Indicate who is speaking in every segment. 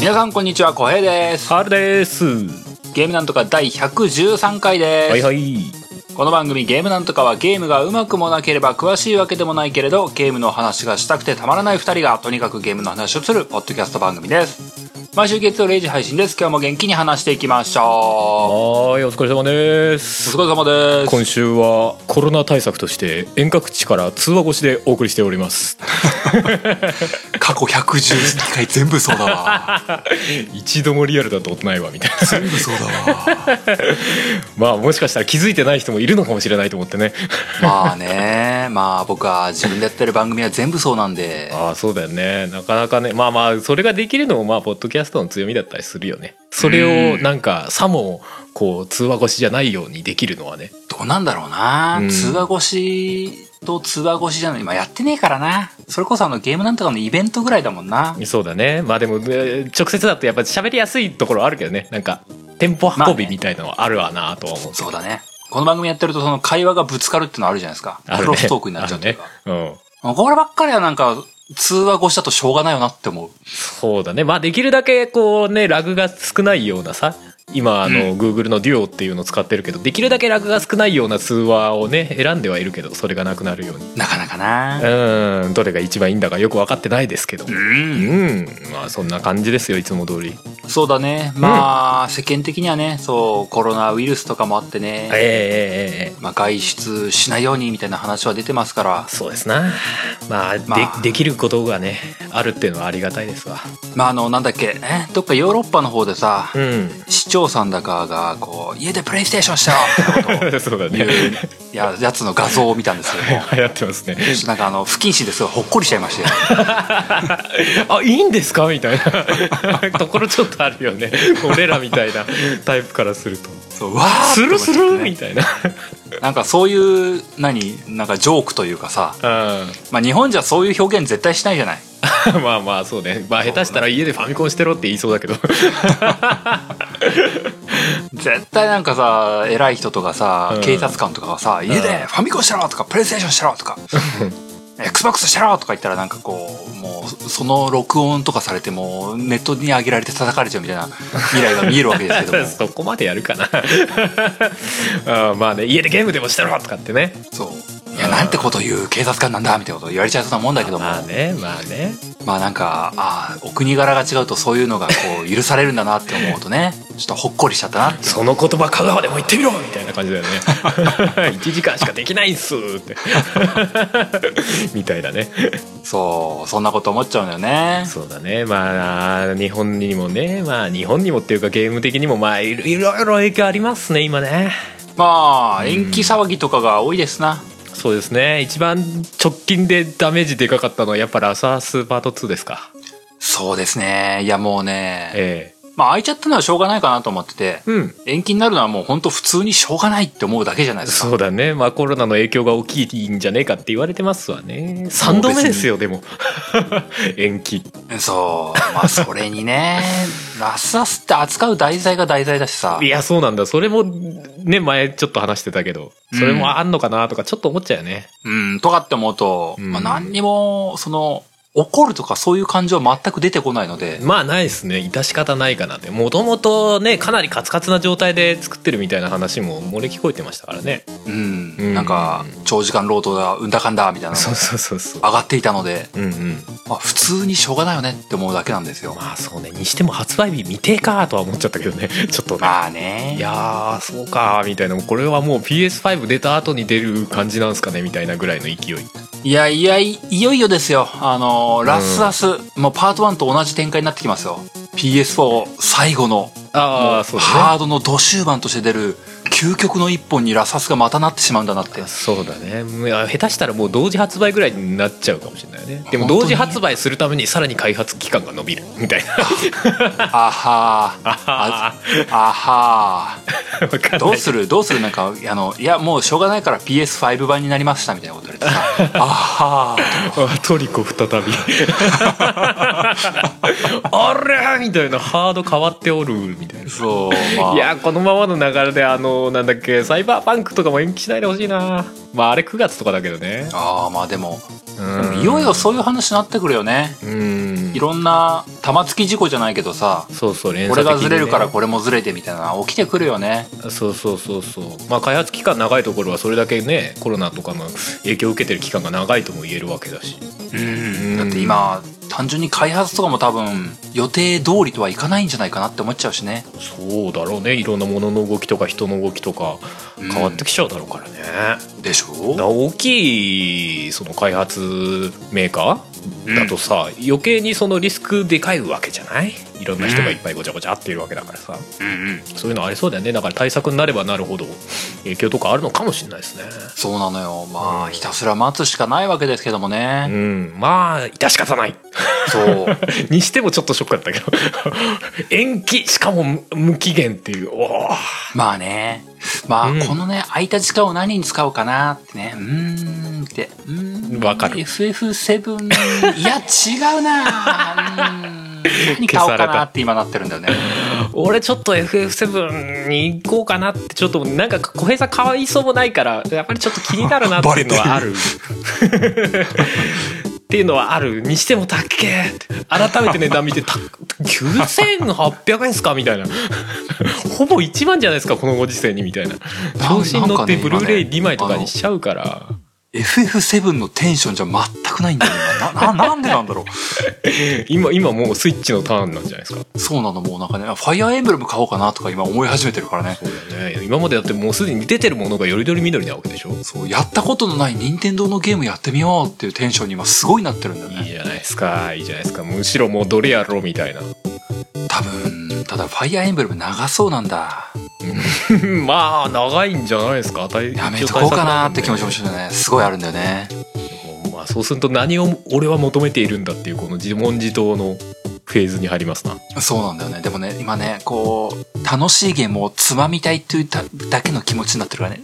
Speaker 1: 皆さんこんにちは小平です
Speaker 2: あれです
Speaker 1: ゲームなんとか第113回です、
Speaker 2: はいはい
Speaker 1: この番組ゲームなんとかはゲームがうまくもなければ詳しいわけでもないけれどゲームの話がしたくてたまらない2人がとにかくゲームの話をするポッドキャスト番組です毎週月曜0時配信です今日も元気に話していきましょ
Speaker 2: はーいお疲れ様で
Speaker 1: うお
Speaker 2: す
Speaker 1: 疲れ様で
Speaker 2: 今
Speaker 1: す
Speaker 2: 週はコロナ対策として遠隔地から通話越しでお送りしております
Speaker 1: 過去112回全部そうだわ
Speaker 2: 一度もリアルだとことないわみたいな
Speaker 1: 全部 そうだわ
Speaker 2: まあもしかしたら気づいてない人もいるのかもしれないと思ってね
Speaker 1: まあねまあ僕は自分でやってる番組は全部そうなんで
Speaker 2: ああそうだよねなかなかねまあまあそれができるのもまあポッドキャストの強みだったりするよねそれをなんかさもこう通話越しじゃないようにできるのはね
Speaker 1: どうなんだろうな、
Speaker 2: うん
Speaker 1: 通話越しと通話越しじゃない今やってねえからなそれこそあのゲームなんとかのイベントぐらいだもんな
Speaker 2: そうだねまあでも、えー直接だとやっぱ喋りやすいところはあるけどねなんか店舗運びみたいのはあるわなとは思う、
Speaker 1: そうだねこの番組やってるとその会話がぶつかるってのあるじゃないですか、
Speaker 2: あるね
Speaker 1: クロストークになっちゃうというか、
Speaker 2: あるねうん
Speaker 1: こればっかりはなんか通話越しだとしょうがないよなって思う
Speaker 2: そうだねまあできるだけこうねラグが少ないようなさ今あの、Google の Duo っていうのを使ってるけどできるだけラグが少ないような通話をね選んではいるけどそれがなくなるように
Speaker 1: なかなかな
Speaker 2: うんどれが一番いいんだかよく分かってないですけど
Speaker 1: う、
Speaker 2: うんんまあそんな感じですよいつも通り
Speaker 1: そうだねまあ、世間的にはねそうコロナウイルスとかもあってね、
Speaker 2: ええええええ
Speaker 1: まあ、外出しないようにみたいな話は出てますから
Speaker 2: そうですなまあで,、
Speaker 1: まあ
Speaker 2: できることがねあるっていうのはありがたいですわ
Speaker 1: まああのなんだっけえどっかヨーロッパの方でさ、
Speaker 2: うん
Speaker 1: 市長さんだかがこう家でプレイステーションしたよみたいなことを
Speaker 2: そうだ
Speaker 1: 言
Speaker 2: ね
Speaker 1: うややつの画像を見たんですけども
Speaker 2: 流行ってますね
Speaker 1: ちょっとなんかあの不謹慎ですごいほっこりしちゃいまして
Speaker 2: あいいんですかみたいな ところちょっとあるよね俺らみたいなタイプからすると
Speaker 1: そうわー
Speaker 2: スルスルみ
Speaker 1: た
Speaker 2: たいな
Speaker 1: なんかそういう何なんかジョークというかさ、
Speaker 2: う
Speaker 1: まあ、日本じゃそういう表現絶対しないじゃない
Speaker 2: んまあまあそうねまあ下手したら家でファミコンしてろって言いそうだけど
Speaker 1: 絶対なんかさ偉い人とかさ、
Speaker 2: うん
Speaker 1: 警察官とかがさ家でファミコンしてろとかプレイステーションしてろとか XBOX してろとか言ったらなんかこうもうその録音とかされてもうネットに上げられて叩かれちゃうみたいな未来が見えるわけですけど も
Speaker 2: そこまでやるかな あーまあね家でゲームでもしてろとかってね
Speaker 1: そういやなんてこと言う警察官なんだみたいなこと言われちゃいそうなもんだけども
Speaker 2: まあねまあね
Speaker 1: まあなんかあーお国柄が違うとそういうのがこう許されるんだなって思うとねちょっとほっこりしちゃったなっていう
Speaker 2: その言葉香川でも言ってみろみたいな感じだよね1 時間しかできないんすって みたいだね
Speaker 1: そうそんなこと思っちゃうんだよね
Speaker 2: そうだねまあ日本にもねまあ日本にもっていうかゲーム的にもまあいろいろいろ影響ありますね今ね
Speaker 1: まあ延期騒ぎとかが多いですな
Speaker 2: そうですね一番直近でダメージでかかったのはやっぱラサースパート2ですか
Speaker 1: そうですねいやもうね
Speaker 2: え
Speaker 1: まあ空いちゃったのはしょうがないかなと思ってて
Speaker 2: えうん
Speaker 1: 延期になるのはもう本当普通にしょうがないって思うだけじゃないですか
Speaker 2: そうだねまあコロナの影響が大きいんじゃねえかって言われてますわね3度目ですよでも 延期
Speaker 1: そうまあそれに ねラスアスって扱う題材が題材だしさ
Speaker 2: いやそうなんだそれもね前ちょっと話してたけどそれもあんのかなとかちょっと思っちゃうよね、
Speaker 1: うんとかって思うと、
Speaker 2: うん
Speaker 1: まあ何にもその怒るとかそういう感情は全く出てこないので
Speaker 2: まあないですね致し方ないかなってもともとねかなりカツカツな状態で作ってるみたいな話も漏れ聞こえてましたからね
Speaker 1: うん、
Speaker 2: うん
Speaker 1: なんか長時間労働だうんだかんだみたいなの
Speaker 2: そう
Speaker 1: が
Speaker 2: そうそうそう
Speaker 1: 上がっていたので、
Speaker 2: うんうん
Speaker 1: まあ、普通にしょうがないよねって思うだけなんですよ
Speaker 2: まあそうねにしても発売日未定かとは思っちゃったけどね ちょっとね
Speaker 1: まあね
Speaker 2: いやーそうかみたいなこれはもう PS5 出た後に出る感じなんすかねみたいなぐらいの勢い
Speaker 1: いやいやいいよいよですよあのーラスアス、もうパート1と同じ展開になってきますよ PS4 最後の
Speaker 2: ああそうだ
Speaker 1: ハードの土終盤として出る究極の一本にラスアスがまたなってしまうんだな って
Speaker 2: ねそうだねいや下手したらもう同時発売ぐらいになっちゃうかもしれないねでも同時発売するためにさらに開発期間が延びる みたいな
Speaker 1: あはーああはー
Speaker 2: わかんない
Speaker 1: どうす るどうするなんかあのいやもうしょうがないから PS5 版になりましたみたいなこと言われてさ あはー
Speaker 2: あトリコ再 びあれみたいなハード変わっておるみたいな
Speaker 1: そうまあ
Speaker 2: いやこのままの流れであのとなんだっけサイバーパンクとかも延期しないでほしいなまああれ9月とかだけどね
Speaker 1: ああまあでもでも
Speaker 2: うん
Speaker 1: いよいよそういう話になってくるよね
Speaker 2: うん
Speaker 1: いろんな玉突き事故じゃないけどさ
Speaker 2: そうそう連
Speaker 1: これ
Speaker 2: 鎖的
Speaker 1: が
Speaker 2: にね
Speaker 1: ずれるからこれもずれてみたいな起きてくるよね
Speaker 2: そうそうそうそうまあ開発期間長いところはそれだけねコロナとかの影響を受けてる期間が長いとも言えるわけだし
Speaker 1: うんだって今単純に開発とかも多分予定通りとはいかないんじゃないかなって思っちゃうしね
Speaker 2: そうだろうねいろんなものの動きとか人の動きとか
Speaker 1: うん
Speaker 2: 変わってきちゃうだろうからね、
Speaker 1: でしょ
Speaker 2: だ大きいその開発メーカーだとさ、余計にそのリスクでかいわけじゃないいろんな人がいっぱいごちゃごちゃっているわけだからさ、
Speaker 1: うんうん
Speaker 2: そういうのありそうだよねだから対策になればなるほど影響とかあるのかもしれないですね
Speaker 1: そうなのよま
Speaker 2: う
Speaker 1: あ
Speaker 2: ん
Speaker 1: ひたすら待つしかないわけですけども
Speaker 2: う
Speaker 1: ね
Speaker 2: んまあ致し方ない
Speaker 1: そう
Speaker 2: にしてもちょっとショックだったけど 延期しかも無無期限っていうおー
Speaker 1: まあねまあ、
Speaker 2: うん
Speaker 1: このね空いた時間を何に使おうかなってねうーんってうーん
Speaker 2: わかる
Speaker 1: FF7 いや違う なうーん何買おうかなって今なってるんだよね
Speaker 2: 俺ちょっと FF7 に行こうかなってちょっとなんか小平さんかわいそうもないからやっぱりちょっと気になるなっていうのはあ る っていうのはあるにしてもたっけ改めて値段見てた9800円っすかみたいな ほぼ1万じゃないですかこのご時世にみたいな調子に乗って
Speaker 1: なん
Speaker 2: ブ
Speaker 1: かね
Speaker 2: ルーレイ2枚とか
Speaker 1: 今ね
Speaker 2: にしちゃうから。
Speaker 1: FF7 のテンションじゃ全くないんだよ今なななんでなんだろ
Speaker 2: 今今もうスイッチのターンなんじゃないですか
Speaker 1: うそうなのもうなんかねファイアーエンブレム買おうかなとか今思い始めてるからね
Speaker 2: ね今までだってもうすでに出てるものがよりどり緑なわけでしょ
Speaker 1: そうやったことのない任天堂のゲームやってみようっていうテンションに今すごいなってるんだよ
Speaker 2: いい
Speaker 1: ね
Speaker 2: じゃないですかいいじゃないですかむしろもうどれやろみたいな
Speaker 1: 多分ただファイアーエンブレム長そうなんだ
Speaker 2: まあ長いんじゃないですか
Speaker 1: やめとこうかなって気持ちもちょっとねすごいあるんだよね
Speaker 2: まあそうすると何を俺は求めているんだっていうこの自問自答のフェーズに入りますな
Speaker 1: そうなんだよねでもね今ねこう楽しいゲームをつまみたいというだだけの気持ちになってるからね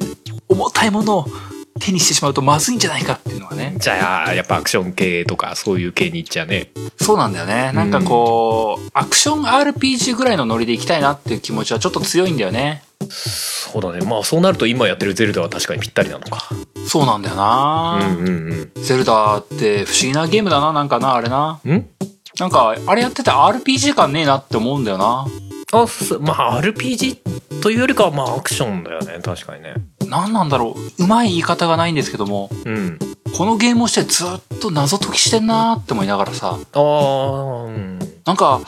Speaker 1: 重たいものを手にしてしまうとまずいんじゃないかっていうのがね
Speaker 2: じゃあやっぱアクション系とかそういう系に行っちゃね
Speaker 1: そうなんだよねなんかこうアクション RPG ぐらいのノリでいきたいなっていう気持ちはちょっと強いんだよね
Speaker 2: そうだねまあそうなると今やってるゼルダは確かにぴったりなのか
Speaker 1: そうなんだよな、
Speaker 2: うんうん
Speaker 1: ゼルダって不思議なゲームだななんかなあれな
Speaker 2: うんん
Speaker 1: なんかあれやってて RPG 感ねえなって思うんだよな
Speaker 2: あすまあ RPG というよりかはまあアクションだよね確かにね
Speaker 1: 何なんだろううまい言い方がないんですけども
Speaker 2: うん
Speaker 1: このゲームをしてずっと謎解きしてんなーって思いながらさ、
Speaker 2: ああうん。
Speaker 1: なんか、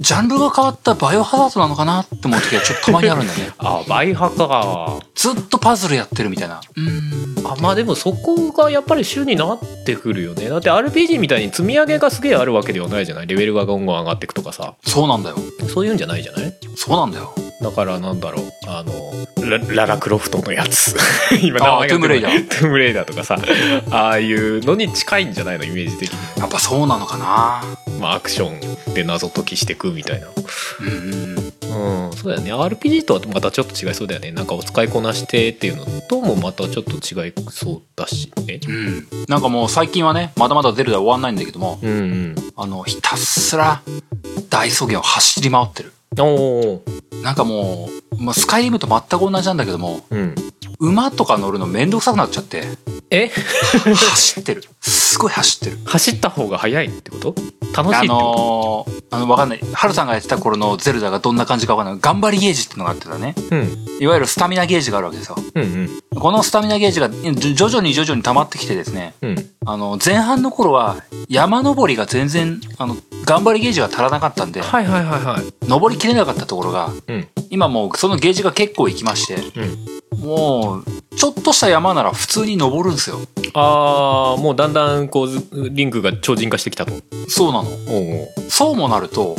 Speaker 1: ジャンルが変わったバイオハザードなのかなって思う時はちょっとたまにあるんだ よね
Speaker 2: あバイハか
Speaker 1: ずっとパズルやってるみたいな。うーん。
Speaker 2: あまあでもそこがやっぱり主になってくるよねだって RPG みたいに積み上げがすげえあるわけではないじゃないレベルがゴンゴン上がっていくとかさ
Speaker 1: そうなんだよ。
Speaker 2: そういうんじゃないじゃない
Speaker 1: そうなんだよ。
Speaker 2: だからなんだろうあのラララクロフトのやつ 今名
Speaker 1: あー
Speaker 2: 前
Speaker 1: トゥームレイダ
Speaker 2: が
Speaker 1: ー
Speaker 2: 出てこないトゥームレイダーとかさああいうのに近いんじゃないのイメージ的に、
Speaker 1: やっぱそうなのかな
Speaker 2: まあ、アクションで謎解きしてくみたいな
Speaker 1: うんうん。
Speaker 2: うんそうだよね RPG とはまたちょっと違いそうだよねなんかお使いこなしてっていうのともまたちょっと違いそうだしね
Speaker 1: うん。なんかもう最近はね、まだまだゼルダ終わんないんだけども、
Speaker 2: うんうん
Speaker 1: あの、ひたすら大草原を走り回ってる。
Speaker 2: おー
Speaker 1: なんかもう、まあ、スカイリムと全く同じなんだけども、
Speaker 2: うん
Speaker 1: 馬とか乗るのめんどくさくなっちゃって、
Speaker 2: え
Speaker 1: 走ってる。すごい走ってる。
Speaker 2: 走った方が早いってこと楽しいっ
Speaker 1: あ
Speaker 2: てこ
Speaker 1: のーあの、わかんない。ハルさんがやってた頃のゼルダがどんな感じかわかんない。頑張りゲージっていうのがあってたね。
Speaker 2: とうん
Speaker 1: いわゆるスタミナゲージがあるわけですよ。
Speaker 2: うん
Speaker 1: このスタミナゲージがじょ徐々に徐々に溜まってきてですね、
Speaker 2: うんうん
Speaker 1: あの、前半の頃は山登りが全然、あの、頑張りゲージが足らなかったんで、
Speaker 2: はいはいはいはい
Speaker 1: 登りきれなかったところが、
Speaker 2: うん
Speaker 1: 今もうそのゲージが結構いきまして、
Speaker 2: うん
Speaker 1: もう、ちょっとした山なら普通に登るんですよ。
Speaker 2: ああもうだんだんこうずリンクが超人化してきたと
Speaker 1: そうなの。
Speaker 2: おうおう
Speaker 1: そうもなると、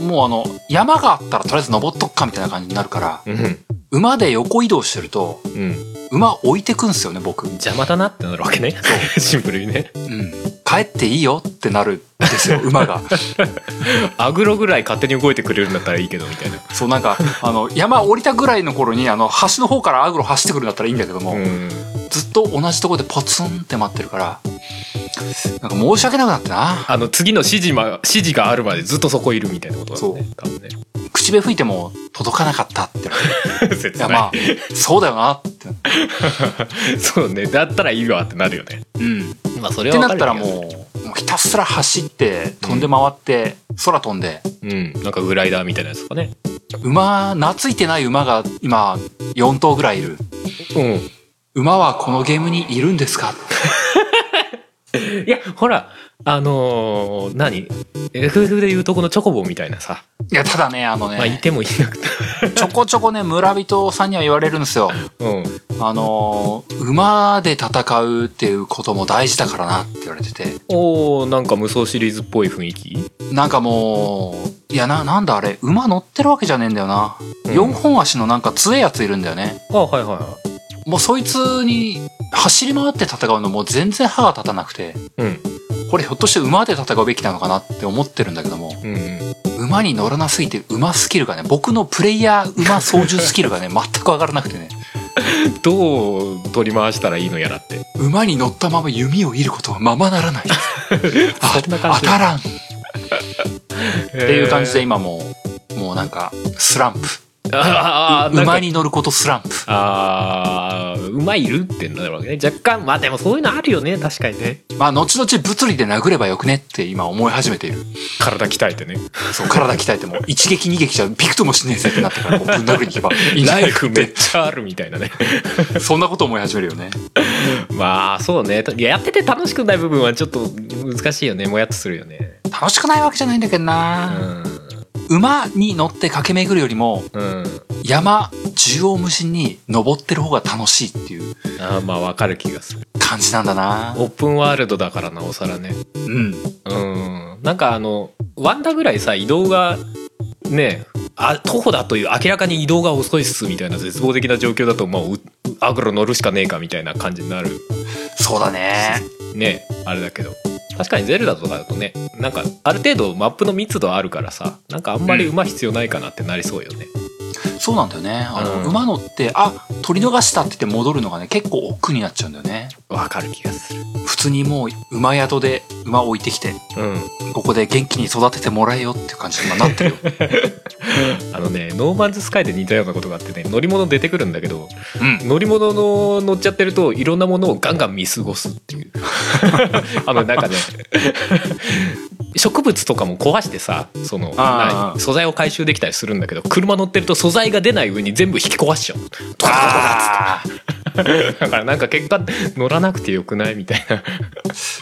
Speaker 2: うん
Speaker 1: もうあの、山があったらとりあえず登っとくかみたいな感じになるから、
Speaker 2: うん
Speaker 1: 馬で横移動してると、
Speaker 2: うん
Speaker 1: 馬置いてくんすよね、僕。うん。
Speaker 2: 邪魔だなってなるわけね シンプルにね
Speaker 1: 帰っていいよってなるんですよ、馬が。
Speaker 2: アグロぐらい勝手に動いてくれるんだったらいいけどみたいな
Speaker 1: そう、なんか、あの、山降りたぐらいの頃に、あの、橋の方からアグロ走ってくるんだったらいいんだけども、
Speaker 2: うん
Speaker 1: ずっと同じところでポツンって待ってるから、なんか申し訳なくなってな。
Speaker 2: あの次の指示,、ま、指示があるまでずっとそこいるみたいなことだもんね
Speaker 1: そ
Speaker 2: 多分ね
Speaker 1: 口口笛吹いても届かなかったって。い
Speaker 2: 切な
Speaker 1: や
Speaker 2: い
Speaker 1: まあ、そうだよなって。
Speaker 2: そうねだったらいいわってなるよね
Speaker 1: うん。っ
Speaker 2: まあそれ
Speaker 1: て
Speaker 2: は
Speaker 1: なったら
Speaker 2: わかる
Speaker 1: もう、もうひたすら走って、飛んで回って、空飛んで、
Speaker 2: けどうんなんかグライダーみたいなやつとかね
Speaker 1: 馬、懐いてない馬が今、4頭ぐらいいる。
Speaker 2: う
Speaker 1: 馬はこのゲームにいるんですか
Speaker 2: んいやほらあのー、何 FF でいうとこのチョコボみたいなさ、
Speaker 1: いや、ただね、あのね、
Speaker 2: まあいてもいなくて
Speaker 1: ちょこちょこね、村人さんには言われるんですよ。
Speaker 2: うん
Speaker 1: あのー馬で戦うっていうことも大事だからなって言われてて。
Speaker 2: おおなんか無双シリーズっぽい雰囲気
Speaker 1: なんかもう、いやな、なんだあれ、馬乗ってるわけじゃねえんだよな。
Speaker 2: うん
Speaker 1: 4本足のなんか強えやついるんだよね。
Speaker 2: あはいはいは
Speaker 1: もうそいつに走り回って戦うのもう全然歯が立たなくて、
Speaker 2: いうん
Speaker 1: これひょっとして馬で戦うべきなのかなって思ってるんだけども、
Speaker 2: うんうん
Speaker 1: 馬に乗らなすぎて馬スキルがね、僕のプレイヤー馬操縦スキル がね、全く上がらなくてね、
Speaker 2: どう取り回したらいいのやらって
Speaker 1: 馬に乗ったまま弓を射ることはままなら ない。あ
Speaker 2: そんな感じ
Speaker 1: 当たらんって
Speaker 2: って
Speaker 1: いう感じで今もう、もうなんか、スランプ。
Speaker 2: あーなんか
Speaker 1: 馬に乗ることスランプ。
Speaker 2: あー馬いるってなるわけね若干まあでもそういうのあるよね確かにね
Speaker 1: まあ、後々物理で殴ればよくねって今思い始めている。
Speaker 2: 体鍛えてね
Speaker 1: そう、体鍛えても、一撃二撃じゃビクともしねえぜってなってから、こうぶん殴りに行けばいいんじゃ
Speaker 2: ラ
Speaker 1: な
Speaker 2: イ
Speaker 1: いか
Speaker 2: フ
Speaker 1: っ、
Speaker 2: めってちゃあるみたいなね
Speaker 1: そんなこと思い始めるよね。
Speaker 2: まあそうねいややってて楽しくない部分はちょっと難しいよねもやっとするよね
Speaker 1: 楽しくないわけじゃないんだけど
Speaker 2: う
Speaker 1: な、
Speaker 2: ん
Speaker 1: 馬に乗って駆け巡るよりも、
Speaker 2: うん
Speaker 1: 山、縦横無尽に登ってる方が楽しいっていう
Speaker 2: あーまあわかる気がする
Speaker 1: 感じなんだな
Speaker 2: オープンワールドだからなおさらね
Speaker 1: うん。
Speaker 2: うんなんかあのワンダぐらいさ移動がねあ徒歩だという明らかに移動が遅いっすみたいな絶望的な状況だとまあうアグロ乗るしかねえかみたいな感じになる
Speaker 1: そうだね。
Speaker 2: ねあれだけど確かにゼルダとかだとねなんかある程度マップの密度あるからさなんかあんまり馬必要ないかなってなりそうよね、
Speaker 1: そうなんだよね。あの、
Speaker 2: うん
Speaker 1: 馬乗って、あ、取り逃したって言って戻るのがね、結構億劫になっちゃうんだよね。
Speaker 2: わかる気がする
Speaker 1: 普通にもう、馬宿で馬置いてきて、
Speaker 2: うん
Speaker 1: ここで元気に育ててもらえよっていう感じに今なってるよ。
Speaker 2: あのねノーマンズスカイで似たようなことがあってね乗り物出てくるんだけど
Speaker 1: うん。
Speaker 2: 乗り物の乗っちゃってるといろんなものをガンガン見過ごすっていう あのなんかね 植物とかも壊してさその
Speaker 1: あー
Speaker 2: な素材を回収できたりするんだけど車乗ってると素材が出ない上に全部引き壊しちゃう
Speaker 1: あー
Speaker 2: だからなんか結果乗らなくてよくないみたいな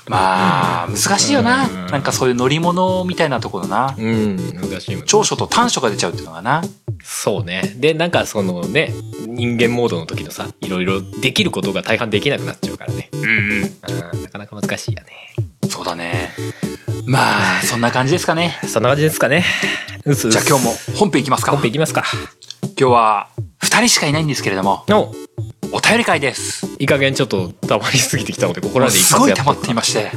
Speaker 1: まあ、難しいよな。
Speaker 2: うん
Speaker 1: なんかそういう乗り物みたいなところな。
Speaker 2: うん難しいもん
Speaker 1: 長所と短所が出ちゃうっていうのがな。
Speaker 2: そうねでなんかそのね人間モードの時のさいろいろできることが大半できなくなっちゃうからね
Speaker 1: うんうん。
Speaker 2: うんなかなか難しいよね
Speaker 1: そうだね。まあ、そんな感じですかね。
Speaker 2: そんな感じですかねうすう
Speaker 1: じ
Speaker 2: す
Speaker 1: ゃあ今日も本編いきますか。
Speaker 2: 本編
Speaker 1: 今
Speaker 2: いきますか
Speaker 1: 日は2人しかいないんですけれども、
Speaker 2: の
Speaker 1: お便り会です。
Speaker 2: いい加減ちょっと溜まりすぎてきたのでここらで一
Speaker 1: す
Speaker 2: 発
Speaker 1: ごい
Speaker 2: やっと
Speaker 1: 溜まっていまして、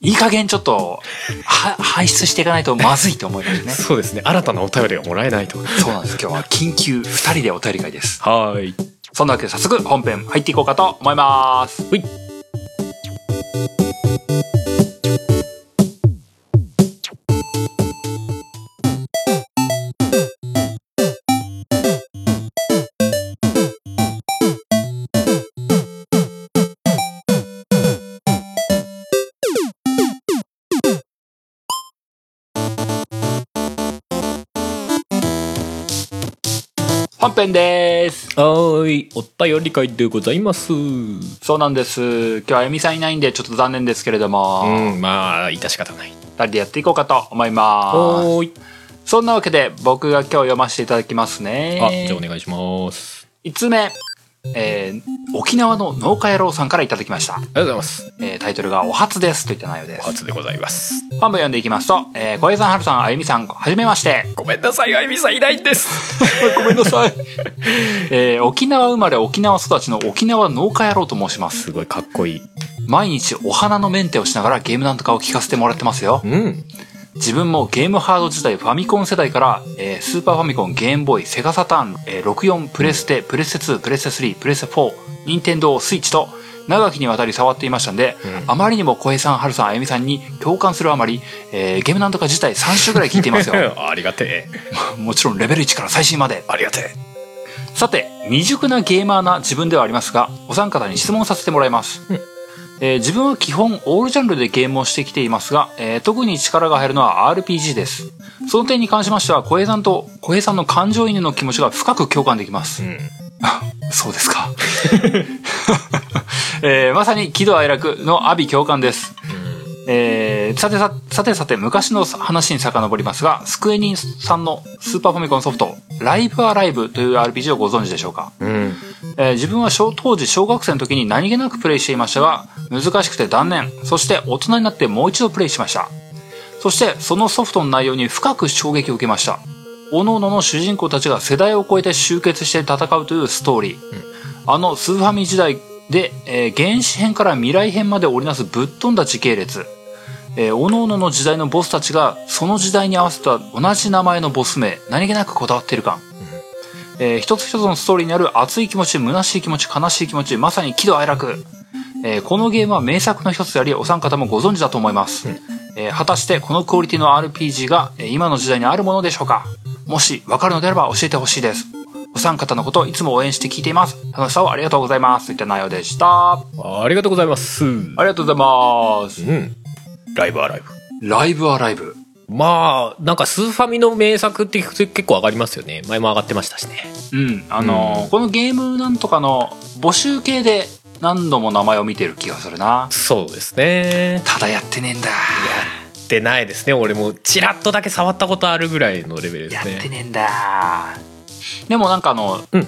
Speaker 1: いい加減ちょっと、は、排出していかないとまずいと思いますね。
Speaker 2: そうですね新たなお便りがもらえないと
Speaker 1: そうなんです。今日は緊急2人でお便り会です。
Speaker 2: はーい
Speaker 1: そんなわけで早速本編入っていこうかと思います。
Speaker 2: ほい
Speaker 1: 本編です。
Speaker 2: はーいお便り会でございますうん
Speaker 1: そうなんです。今日はあゆみさんいないんでちょっと残念ですけれども、
Speaker 2: まあ致し方ない
Speaker 1: 二、人でやっていこうかと思いま
Speaker 2: はーい
Speaker 1: す。そんなわけで僕が今日読ませていただきますね。
Speaker 2: あじゃあお願いします
Speaker 1: 5つ目。えー沖縄の農家野郎さんからいただきました、
Speaker 2: ありがとうございます。
Speaker 1: えータイトルが「お初です」といった内容です本
Speaker 2: 初でございます。
Speaker 1: 部読んでいきますと、えー、小平さんはるさんあゆみさんはじめまして
Speaker 2: ごめんなさい、あゆみさんいないんです。
Speaker 1: ごめんなさい、 えー沖縄生まれ沖縄育ちの沖縄農家野郎と申します
Speaker 2: すごいかっこいい。
Speaker 1: 毎日お花のメンテをしながらゲームなんとかを聞かせてもらってますよ。
Speaker 2: うん。
Speaker 1: 自分もゲームハード時代ファミコン世代から、えースーパーファミコン、ゲームボーイ、セガサターン、えー64、プレステ、プレステ2、プレステ3、プレステ4、ニンテンドースイッチと長きにわたり触っていましたんで、あまりにも小平さん、春さん、あゆみさんに共感するあまり、えーゲームなんとか自体3週ぐらい聞いていますよ。
Speaker 2: ありがてえ
Speaker 1: もちろんレベル1から最新まで。
Speaker 2: ありがてえ
Speaker 1: さて、未熟なゲーマーな自分ではありますが、お三方に質問させてもらいます。
Speaker 2: うん
Speaker 1: えー自分は基本オールジャンルでゲームをしてきていますが、えー特に力が入るのは RPG です。その点に関しましては、小平さんと、小平さんの感情移入の気持ちが深く共感できます。
Speaker 2: うん
Speaker 1: そうですか。 えーまさに喜怒哀楽の阿鼻共感です。えーさてささてさて昔の話に遡りますが、スクエニさんのスーパーファミコンソフト、ライブアライブという RPG をご存知でしょうか、
Speaker 2: うん
Speaker 1: えー自分は小当時小学生の時に何気なくプレイしていましたが、難しくて断念。そして大人になってもう一度プレイしました。そしてそのソフトの内容に深く衝撃を受けました。各々の主人公たちが世代を超えて集結して戦うというストーリー。あのスーファミ時代で、えー原始編から未来編まで織りなすぶっ飛んだ時系列。えー、おのの時代のボスたちがその時代に合わせた同じ名前のボス名何気なくこだわってる感、えー一つ一つのストーリーにある熱い気持ち虚しい気持ち悲しい気持ちまさに喜怒哀楽、えーこのゲームは名作の一つでありお三方もご存知だと思います、えー果たしてこのクオリティの RPG がえー今の時代にあるものでしょうかもし分かるのであれば教えてほしいですお三方のことをいつも応援して聞いています楽しさをありがとうございますといった内容でしたあ
Speaker 2: ありがとうございますうん
Speaker 1: りがとうございます
Speaker 2: ライブアライブ
Speaker 1: ライブアライブ
Speaker 2: まあなんかスーファミの名作って聞くと結構上がりますよね前も上がってましたしね
Speaker 1: うん、あのーこのゲームなんとかの募集系で何度も名前を見てる気がするな。
Speaker 2: そうですね
Speaker 1: ただやってねえんだ。
Speaker 2: でないですね俺もチラッとだけ触ったことあるぐらいのレベルで
Speaker 1: や
Speaker 2: す
Speaker 1: って
Speaker 2: ね
Speaker 1: ねえんだ。でもなんかあの、
Speaker 2: うん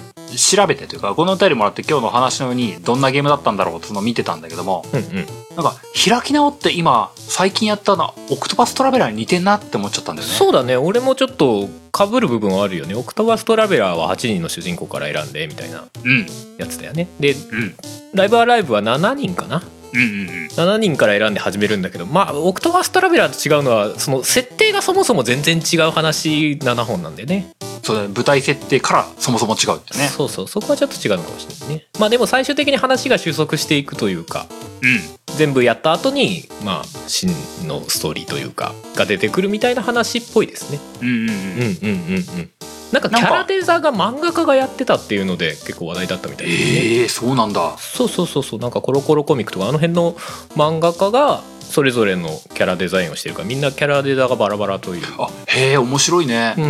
Speaker 1: 調べてというか、このお便りもらって今日の話のようにどんなゲームだったんだろうっていうのを見てたんだけども、
Speaker 2: うんうん
Speaker 1: なんか開き直って今、最近やったの、オクトパストラベラーに似てんなって思っちゃったんだよね。
Speaker 2: そうだね俺もちょっとかぶる部分はあるよね「オクトバストラベラー」は8人の主人公から選んでみたいな
Speaker 1: うん。
Speaker 2: やつだよねで
Speaker 1: うん。
Speaker 2: 「ライブアライブ」は7人かな
Speaker 1: うんうんうん。
Speaker 2: 7人から選んで始めるんだけどまあ「オクトバストラベラー」と違うのはその設定がそもそも全然違う話7本なんでね
Speaker 1: そうだね。舞台設定からそもそも違うってね。
Speaker 2: そうそうそこはちょっと違うのかもしれないねまあでも最終的に話が収束していくというか
Speaker 1: う
Speaker 2: 全部やった後にまあ真のストーリーというかが出てくるみたいな話っぽいですね
Speaker 1: ん。うんうんう
Speaker 2: う
Speaker 1: んん。
Speaker 2: うんうんうんなんかキャラデザが漫画家がやってたっていうので結構話題だったみたいですね、
Speaker 1: ええそうなんだ。
Speaker 2: そうそうそうそうなんかコロコロコミックとかあの辺の漫画家がそれぞれのキャラデザインをしてるからみんなキャラデザがバラバラという
Speaker 1: あ、へえ、面白いね。
Speaker 2: うんう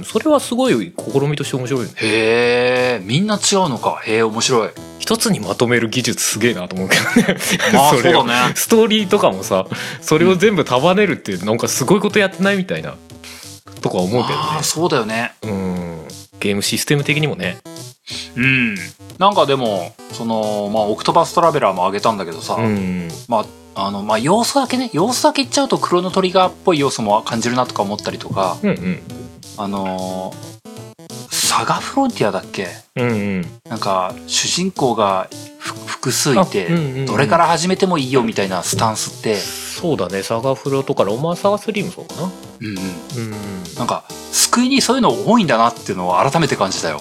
Speaker 2: んそれはすごい試みとして面白いよね
Speaker 1: へえ、みんな違うのか。へえ、面白い。
Speaker 2: 一つにまとめる技術すげえなと思うけどね
Speaker 1: まあ、そ
Speaker 2: そうれを
Speaker 1: だね。
Speaker 2: ストーリーとかもさそれを全部束ねるってなんかすごいことやってないみたいなとか思うけどね
Speaker 1: ああ、そうだよね。
Speaker 2: うんゲームシステム的にもね
Speaker 1: うん。なんかでも、その、まあ、オクトパストラベラーもあげたんだけどさ、
Speaker 2: うん
Speaker 1: まあ、あの、まあ、要素だけね、要素だけ言っちゃうと、クロノトリガーっぽい要素も感じるなとか思ったりとか、
Speaker 2: うんうん
Speaker 1: あのーサガフロンティアだっけ
Speaker 2: うんうん
Speaker 1: なんか、主人公がふ複数いて、
Speaker 2: あうんうんうん
Speaker 1: どれから始めてもいいよみたいなスタンスって、
Speaker 2: そうだねサガフロとかロマンサガ3もそうかな
Speaker 1: うんうん。
Speaker 2: うん
Speaker 1: なんか、救いにそういうの多いんだなっていうのを改めて感じたよ。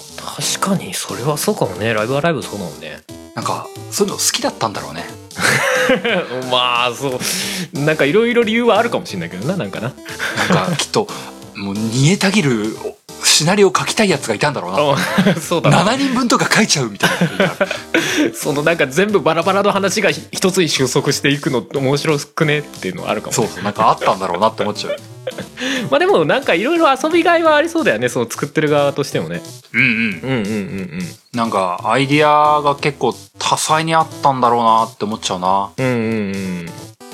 Speaker 2: 確かにそれはそうかもねライブアライブそうだもんね
Speaker 1: なんか、そういうの好きだったんだろうね。
Speaker 2: まあそうなんかいろいろ理由はあるかもしれないけどななんかな
Speaker 1: なんか、きっと、もう、煮えたぎるおシナリオを書きたいやつがいたんだろう
Speaker 2: そうだ
Speaker 1: な。
Speaker 2: な
Speaker 1: 7人分とか書いちゃうみたいな。
Speaker 2: そのなんか全部バラバラの話が一つに収束していくの面白くねっていうのはあるかも
Speaker 1: そうそう、なんかあったんだろうなって思っちゃう。
Speaker 2: まあでもなんかいろいろ遊びがいはありそうだよねその作ってる側としてもね
Speaker 1: うんうん。
Speaker 2: うんうんうん
Speaker 1: なんか、アイディアが結構多彩にあったんだろうなって思っちゃうな。
Speaker 2: うんうんうんうん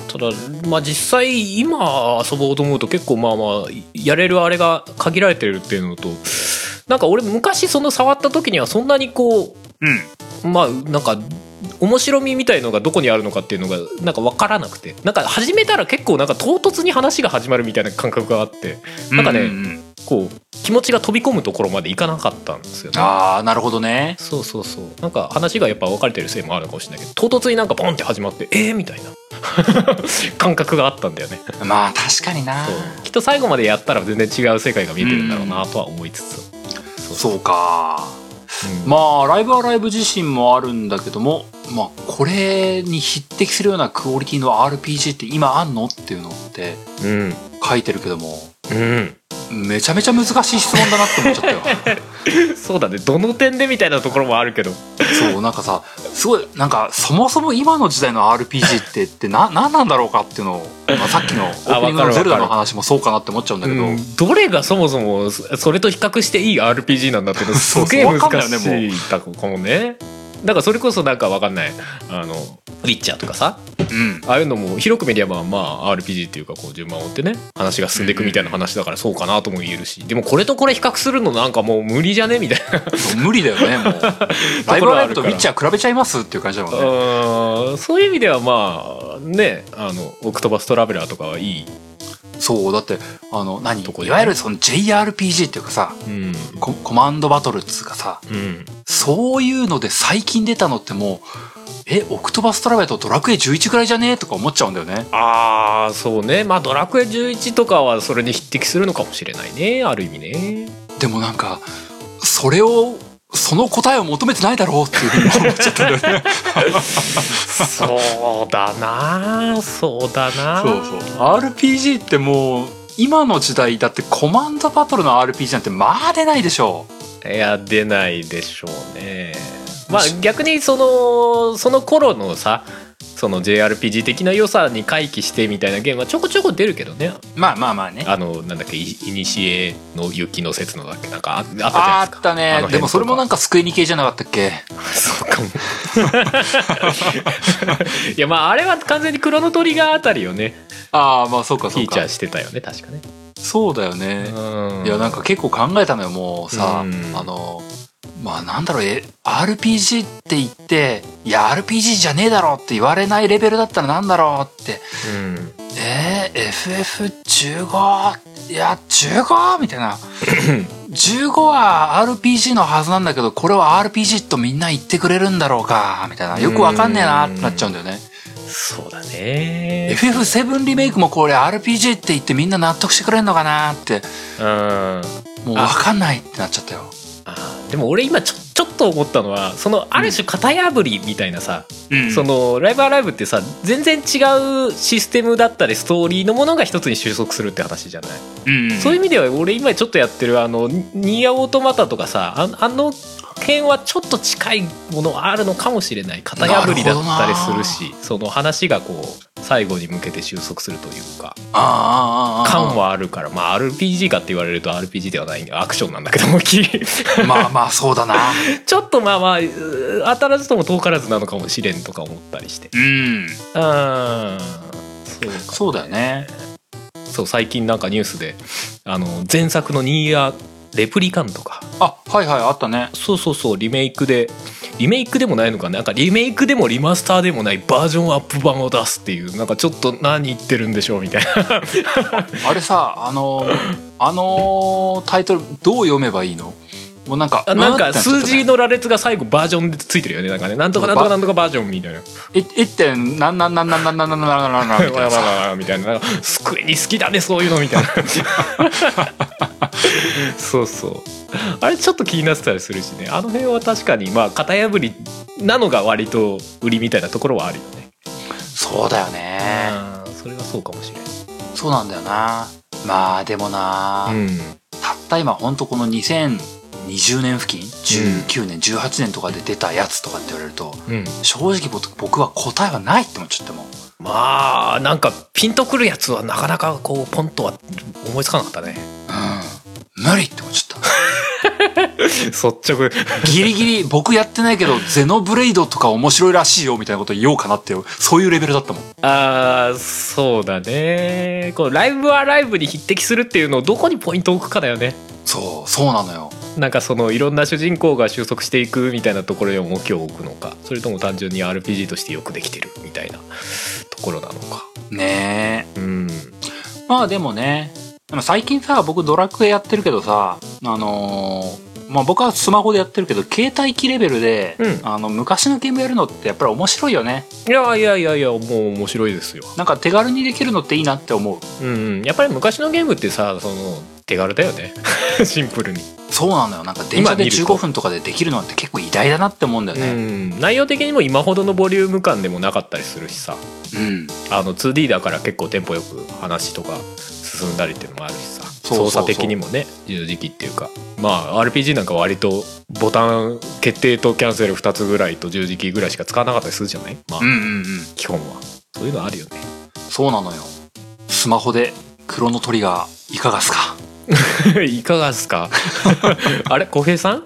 Speaker 2: ただまあ実際今遊ぼうと思うと結構まあまあやれるあれが限られてるっていうのとなんか俺昔その触った時にはそんなにこ
Speaker 1: うん。
Speaker 2: うまあなんか面白みみたいのがどこにあるのかっていうのがなんか分からなくてなんか始めたら結構なんか唐突に話が始まるみたいな感覚があってなんかね
Speaker 1: うううん
Speaker 2: こう気持ちが飛び込むところまでいかなかったんですよね。
Speaker 1: ああ、なるほどね。
Speaker 2: そうそうそうなんか話がやっぱ分かれてるせいもあるのかもしれないけど唐突になんかポンって始まってえー、みたいな 感覚があったんだよね
Speaker 1: まあ、確かにな
Speaker 2: そ。うきっと最後までやったら全然違う世界が見えてるんだろうなとは思いつつ、
Speaker 1: そうか。
Speaker 2: ま
Speaker 1: まあ、ライブアライブ自身もあるんだけども、まあ、これに匹敵するようなクオリティの RPG って今あんのっていうのって
Speaker 2: うん
Speaker 1: 書いてるけども
Speaker 2: うん
Speaker 1: めちゃめちゃ難しい質問だなって思っちゃったよ
Speaker 2: そうだねどの点でみたいなところもあるけど
Speaker 1: そうなんかさすごいなんかそもそも今の時代の RPG ってってな何なんだろうかっていうのを、まあ、さっきのオープニングの「ゼルダ」の話もそうかなって思っちゃうんだけど、
Speaker 2: うんどれがそもそもそそれと比較していい RPG なんだっていう の
Speaker 1: そ
Speaker 2: す
Speaker 1: うそう
Speaker 2: げえ難
Speaker 1: わかんないよね
Speaker 2: しいかもねだからそれこそなんかわかんないあの「ウィッチャー」とかさ
Speaker 1: うん
Speaker 2: ああいうのも広く見ればまあ RPG っていうかこう順番を追ってね話が進んでいくみたいな話だからそうかなとも言えるしでもこれとこれ比較するのなんかもう無理じゃねみたいな
Speaker 1: そう無理だよね もう「ライブライブ!」と「ウィッチャー」比べちゃいますっていう感じだもんね
Speaker 2: うんそういう意味ではまあねあの「オクトバストラベラー」とかはいい、
Speaker 1: そうだってあの何
Speaker 2: どこ
Speaker 1: い
Speaker 2: で
Speaker 1: わゆるその JRPG っていうかさ
Speaker 2: うん
Speaker 1: ココマンドバトルっつうかさ
Speaker 2: うん、
Speaker 1: そういうので最近出たのってもうえオクトバストラベラとドラクエ11ぐらいじゃねえとか思っちゃうんだよね
Speaker 2: ああそうねまあ「ドラクエ11」とかはそれに匹敵するのかもしれないねある意味 ね
Speaker 1: でもなんかそれをその答えを求めてないだろうっていうふうに思っちゃった んだよね
Speaker 2: そうだなそうだな
Speaker 1: そうそう RPG ってもう今の時代だってコマンドバトルの RPG なんてまあ出ないでしょ
Speaker 2: いや出ないでしょうねまあ逆にそのその頃のさその JRPG 的な良さに回帰してみたいなゲームはちょこちょこ出るけどね
Speaker 1: まあまあまあね
Speaker 2: あのなんだっけいいにしえの雪の説のだっけなんかああったじゃない
Speaker 1: ああ
Speaker 2: ですか
Speaker 1: った
Speaker 2: あの
Speaker 1: ね
Speaker 2: 辺
Speaker 1: でもそれもなんか救いに系じゃなかったっけ
Speaker 2: そうかも いやまああれは完全にクロノトリガーあたりをね
Speaker 1: ああまあそうか
Speaker 2: フ
Speaker 1: そ
Speaker 2: ィ
Speaker 1: う
Speaker 2: ーチャ
Speaker 1: か
Speaker 2: ーしてたよね確かね
Speaker 1: そうだよね、いやなんか結構考えたのよもうさ、
Speaker 2: うん
Speaker 1: あのまあなんだろうえ RPG って言っていや RPG じゃねえだろって言われないレベルだったらなんだろうって
Speaker 2: うん
Speaker 1: えー、FF15 いや 15! みたい な15は RPG のはずなんだけどこれは RPG とみんな言ってくれるんだろうかみたいなよくわかんねえなってなっちゃうんだよね
Speaker 2: そうだね
Speaker 1: FF7 リメイクもこれ RPG って言ってみんな納得してくれるのかなって
Speaker 2: うんあ
Speaker 1: もうわかんないってなっちゃったよ
Speaker 2: ーでも俺今ちょちょっと思ったのはそのある種型破りみたいなさ、
Speaker 1: うん
Speaker 2: そのライブアライブってさ全然違うシステムだったりストーリーのものが一つに収束するって話じゃない
Speaker 1: うん
Speaker 2: そういう意味では俺今ちょっとやってるあのニニーアオートマタとかさああの辺はちょっと近いものはあるのかもしれない型破りだったりするしその話がこう最後に向けて収束するというか
Speaker 1: ああああああ
Speaker 2: 感はあるからまあ RPG かって言われると RPG ではないアクションなんだけどもきち
Speaker 1: まあまあそうだな
Speaker 2: ょっとまあまあうー当たらずとも遠からずなのかもしれんとか思ったりして
Speaker 1: うん
Speaker 2: うーんそうか
Speaker 1: そうだよね
Speaker 2: そう最近なんかニュースであの前作のニーヤレプリカントか
Speaker 1: あはいはいあったね
Speaker 2: そうそうそうリメイクでリメイクでもないのかななんかリメイクでもリマスターでもないバージョンアップ版を出すっていうなんかちょっと何言ってるんでしょうみたいな
Speaker 1: あれさあのあのタイトルどう読めばいいのもうなんか
Speaker 2: あなん
Speaker 1: う
Speaker 2: か
Speaker 1: ってっちゃ
Speaker 2: 数
Speaker 1: ったね
Speaker 2: 字の羅列が最後バージョンでついてるよねなんかねなんとかなんとかなんとかバージョンみたいな
Speaker 1: え一点なんなんなんなんなんなんなんなんなんなんみたいなさ
Speaker 2: みたいななんか救いに好きだねそういうのみたいな そうそうあれちょっと気になってたりするしねあの辺は確かにまあ型破りなのが割と売りみたいなところはあるよね
Speaker 1: そうだよね
Speaker 2: うんそれはそうかもしれない
Speaker 1: そうなんだよなまあでもな、
Speaker 2: うん
Speaker 1: たった今ほんとこの2020年付近19年、18年とかで出たやつとかって言われると
Speaker 2: うん、
Speaker 1: 正直僕僕は答えはないって思っちゃってもう
Speaker 2: まあなんかピンとくるやつはなかなかこうポンとは思いつかなかったね
Speaker 1: うん無理って思っちゃっ
Speaker 2: 率直
Speaker 1: た。ギリギリ、僕やってないけど、ゼノブレイドとか面白いらしいよみたいなこと言おうかなっていう、そういうレベルだったもん。
Speaker 2: あーそうだねこうライブはライブに匹敵するっていうのをどこにポイントを置くかだよね
Speaker 1: そう、そうなのよ。
Speaker 2: なんかそのいろんな主人公が収束していくみたいなところに重きを置くのかそれとも単純に RPG としてよくできてるみたいなところなのか
Speaker 1: ね
Speaker 2: うん
Speaker 1: え。まあでもね、でも最近さ、僕ドラクエやってるけどさ、あのーまあ僕はスマホでやってるけど、携帯機レベルで、
Speaker 2: うん
Speaker 1: あの、昔のゲームやるのってやっぱり面白いよね。
Speaker 2: いやいやいやいやもう面白いですよ、
Speaker 1: なんか手軽にできるのっていいなって思う。
Speaker 2: うんうん、やっぱり昔のゲームってさその手軽だよね シンプルに
Speaker 1: そうなのよなんか電車
Speaker 2: 今見
Speaker 1: で
Speaker 2: ると
Speaker 1: 15分とかでできるのって結構偉大だなって思うんだよ
Speaker 2: う
Speaker 1: ね
Speaker 2: ん、内容的にも今ほどのボリューム感でもなかったりするしさ
Speaker 1: うん、
Speaker 2: あの 2D だから結構テンポよく話とか進んだりっていうのもあるしさ
Speaker 1: そうそうそう
Speaker 2: 操作的にもね十字キーっていうかまあ RPG なんか割とボタン決定とキャンセル2つぐらいと十字キーぐらいしか使わなかったりするじゃない、まあ
Speaker 1: うんうんうん
Speaker 2: 基本はそういうのあるよ ね
Speaker 1: そうなのよスマホでクロノトリガーいかがっすか
Speaker 2: いかがですか あれ小平さん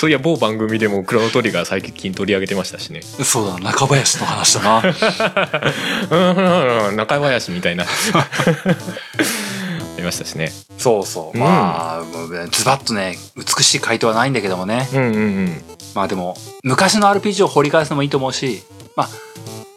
Speaker 2: そういや某番組でもクロノトリガー最近取り上げてましたしね
Speaker 1: そうだ中林の話だな
Speaker 2: うんうんうん中林みたいな ありましたしね
Speaker 1: そうそうまあ、ズバッとね美しい回答はないんだけどもね
Speaker 2: うんうんうん
Speaker 1: まあでも昔の RPG を掘り返すのもいいと思うしまあ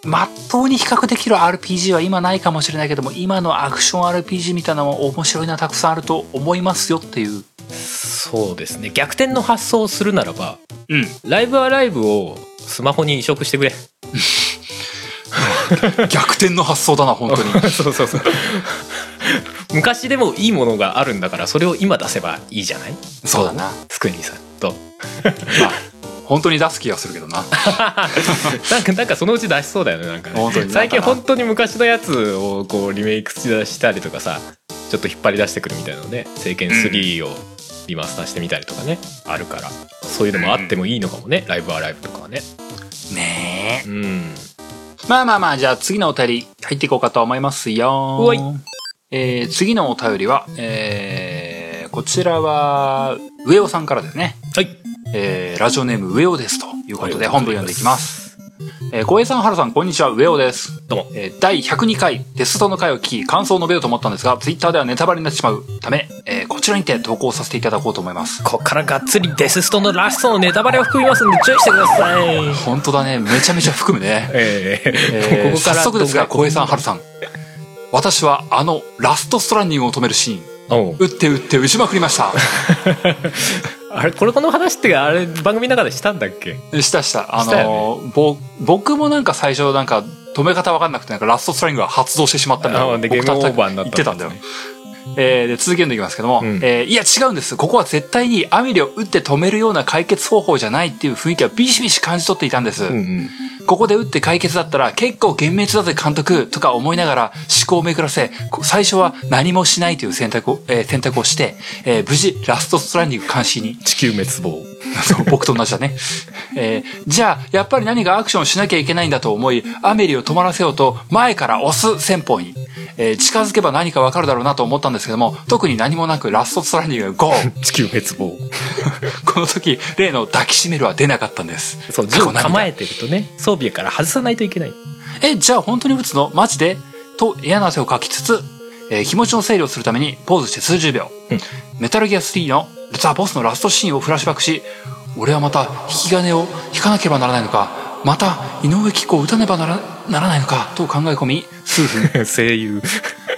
Speaker 1: まっとうに比較できる RPG は今ないかもしれないけども今のアクション RPG みたいなのも面白いなたくさんあると思いますよっていう
Speaker 2: そうですね逆転の発想をするならば
Speaker 1: うん
Speaker 2: ライブアライブをスマホに移植し てくれ
Speaker 1: 逆転の発想だな本当に
Speaker 2: そうそうそう 昔でもいいものがあるんだからそれを今出せばいいじゃない
Speaker 1: そうだな
Speaker 2: スクエニさん と
Speaker 1: まあ本当に出す気がするけどな
Speaker 2: なんかなんかそのうち出しそうだよねなんかね
Speaker 1: 本当に
Speaker 2: 最近本当に昔のやつをこうリメイクし出したりとかさちょっと引っ張り出してくるみたいなのね「聖剣3」をリマスターしてみたりとかね、あるからそういうのもあってもいいのかもね、ライブアライブとかはね
Speaker 1: ねえ
Speaker 2: うん
Speaker 1: まあまあまあ、じゃあ次のお便り入っていこうかと思いますよ。
Speaker 2: はい
Speaker 1: えー、次のお便りは、えー、こちらは、上尾さんからですね。
Speaker 2: はい
Speaker 1: えー、ラジオネーム上尾ですということで本文読んでいきます。
Speaker 2: す
Speaker 1: えー、小平さん、原さん、こんにちは、上尾です。
Speaker 2: どうも
Speaker 1: えー第102回テストの回を聞き感想を述べようと思ったんですが、ツイッターではネタバレになってしまうため、えーこちらにて投稿させていただこうと思います。
Speaker 2: こっからがっつりデスストのラストのネタバレを含みますんで注意してください。
Speaker 1: 本当だね、めちゃめちゃ含むね。
Speaker 2: ええ
Speaker 1: えー
Speaker 2: ここから
Speaker 1: 早速ですが
Speaker 2: どん
Speaker 1: 小
Speaker 2: ぐ
Speaker 1: 平
Speaker 2: らい
Speaker 1: さん春さん私はあのラストストランディングを止めるシーン
Speaker 2: おう
Speaker 1: 打って打って打ちまくりました
Speaker 2: あれこれこの話ってあれ番組の中でしたんだっけ
Speaker 1: したしたあ
Speaker 2: した
Speaker 1: の
Speaker 2: よ
Speaker 1: ぼ僕もなんか最初なんか止め方わかんなくてなんかラストストランディングが発動してしまったみたい
Speaker 2: あ
Speaker 1: な
Speaker 2: ーでゲームオーバーになった
Speaker 1: 言ってたんだよ、えーで続けるんでいきますけども、
Speaker 2: うん
Speaker 1: えーいや違うんですここは絶対にアミリを打って止めるような解決方法じゃないっていう雰囲気はビシビシ感じ取っていたんです、
Speaker 2: うんうん
Speaker 1: ここで打って解決だったら結構幻滅だぜ監督とか思いながら思考を巡らせ、こ最初は何もしないという選択を、えー選択をして、えー無事ラストストランディング監視に、
Speaker 2: 地球滅亡
Speaker 1: そう 僕と同じだね。えーじゃあ、やっぱり何かアクションしなきゃいけないんだと思い、アメリを止まらせようと前から押す戦法に、えー近づけば何かわかるだろうなと思ったんですけども、特に何もなくラストストランディングがゴー
Speaker 2: 地球滅亡
Speaker 1: この時、例の抱きしめるは出なかったんです。
Speaker 2: そう銃を構えてるとね装備から外さないといけない
Speaker 1: え、じゃあ本当に打つのマジでと嫌な汗をかきつつ、えー気持ちの整理をするためにポーズして数十秒。
Speaker 2: うん
Speaker 1: メタルギア3のザ・ボスのラストシーンをフラッシュバックし、俺はまた引き金を引かなければならないのか、また井上貴子を打たねばならならないのかと考え込み、数分。
Speaker 2: 声優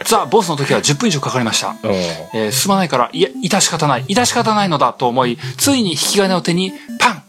Speaker 1: ザ・ボスの時は10分以上かかりました。
Speaker 2: うん
Speaker 1: えー進まないから、いや、致し方ない、致し方ないのだと思い、ついに引き金を手に、パン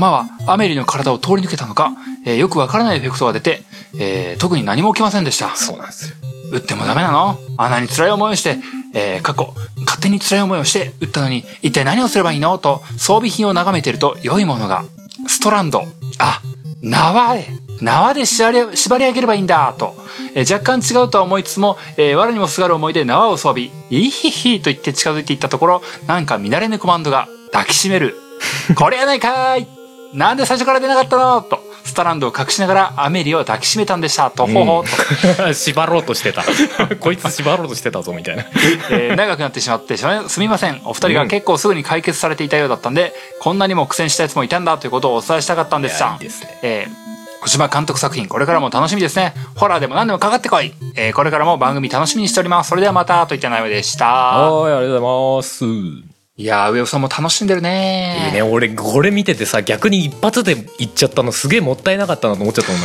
Speaker 1: 弾はアメリの体を通り抜けたのか、えーよくわからないエフェクトが出て、えー特に何も起きませんでした。
Speaker 2: そうなんですよ
Speaker 1: 打ってもダメなのあんなに辛い思いをして、えー過去、勝手に辛い思いをして打ったのに、一体何をすればいいのと、装備品を眺めていると良いものが、ストランド、あ、縄で、縄で縛り縛り上げればいいんだ、と、えー若干違うとは思いつつも、えー我にもすがる思いで縄を装備、いひひと言って近づいていったところ、なんか見慣れぬコマンドが抱きしめる。これやないかーいなんで最初から出なかったのと、ストランドを隠しながらアメリを抱きしめたんでした、とほほ、と。
Speaker 2: 縛ろうと してたこいつ縛ろうとしてたぞみたいな
Speaker 1: えー 長くなってしまってしまいすみませんお二人が結構すぐに解決されていたようだったんで、こんなにも苦戦したやつもいたんだということをお伝えしたかったんでした
Speaker 2: いやいいですね
Speaker 1: えー小島監督作品これからも楽しみですねホラーでも何でもかかってこい、えーこれからも番組楽しみにしておりますそれではまたといった内容でした
Speaker 2: はいありがとうございますい
Speaker 1: いやー上尾さんも楽しんでるね
Speaker 2: いね俺これ見ててさ逆に一発でいっちゃったのすげえもったいなかったなと思っちゃったもん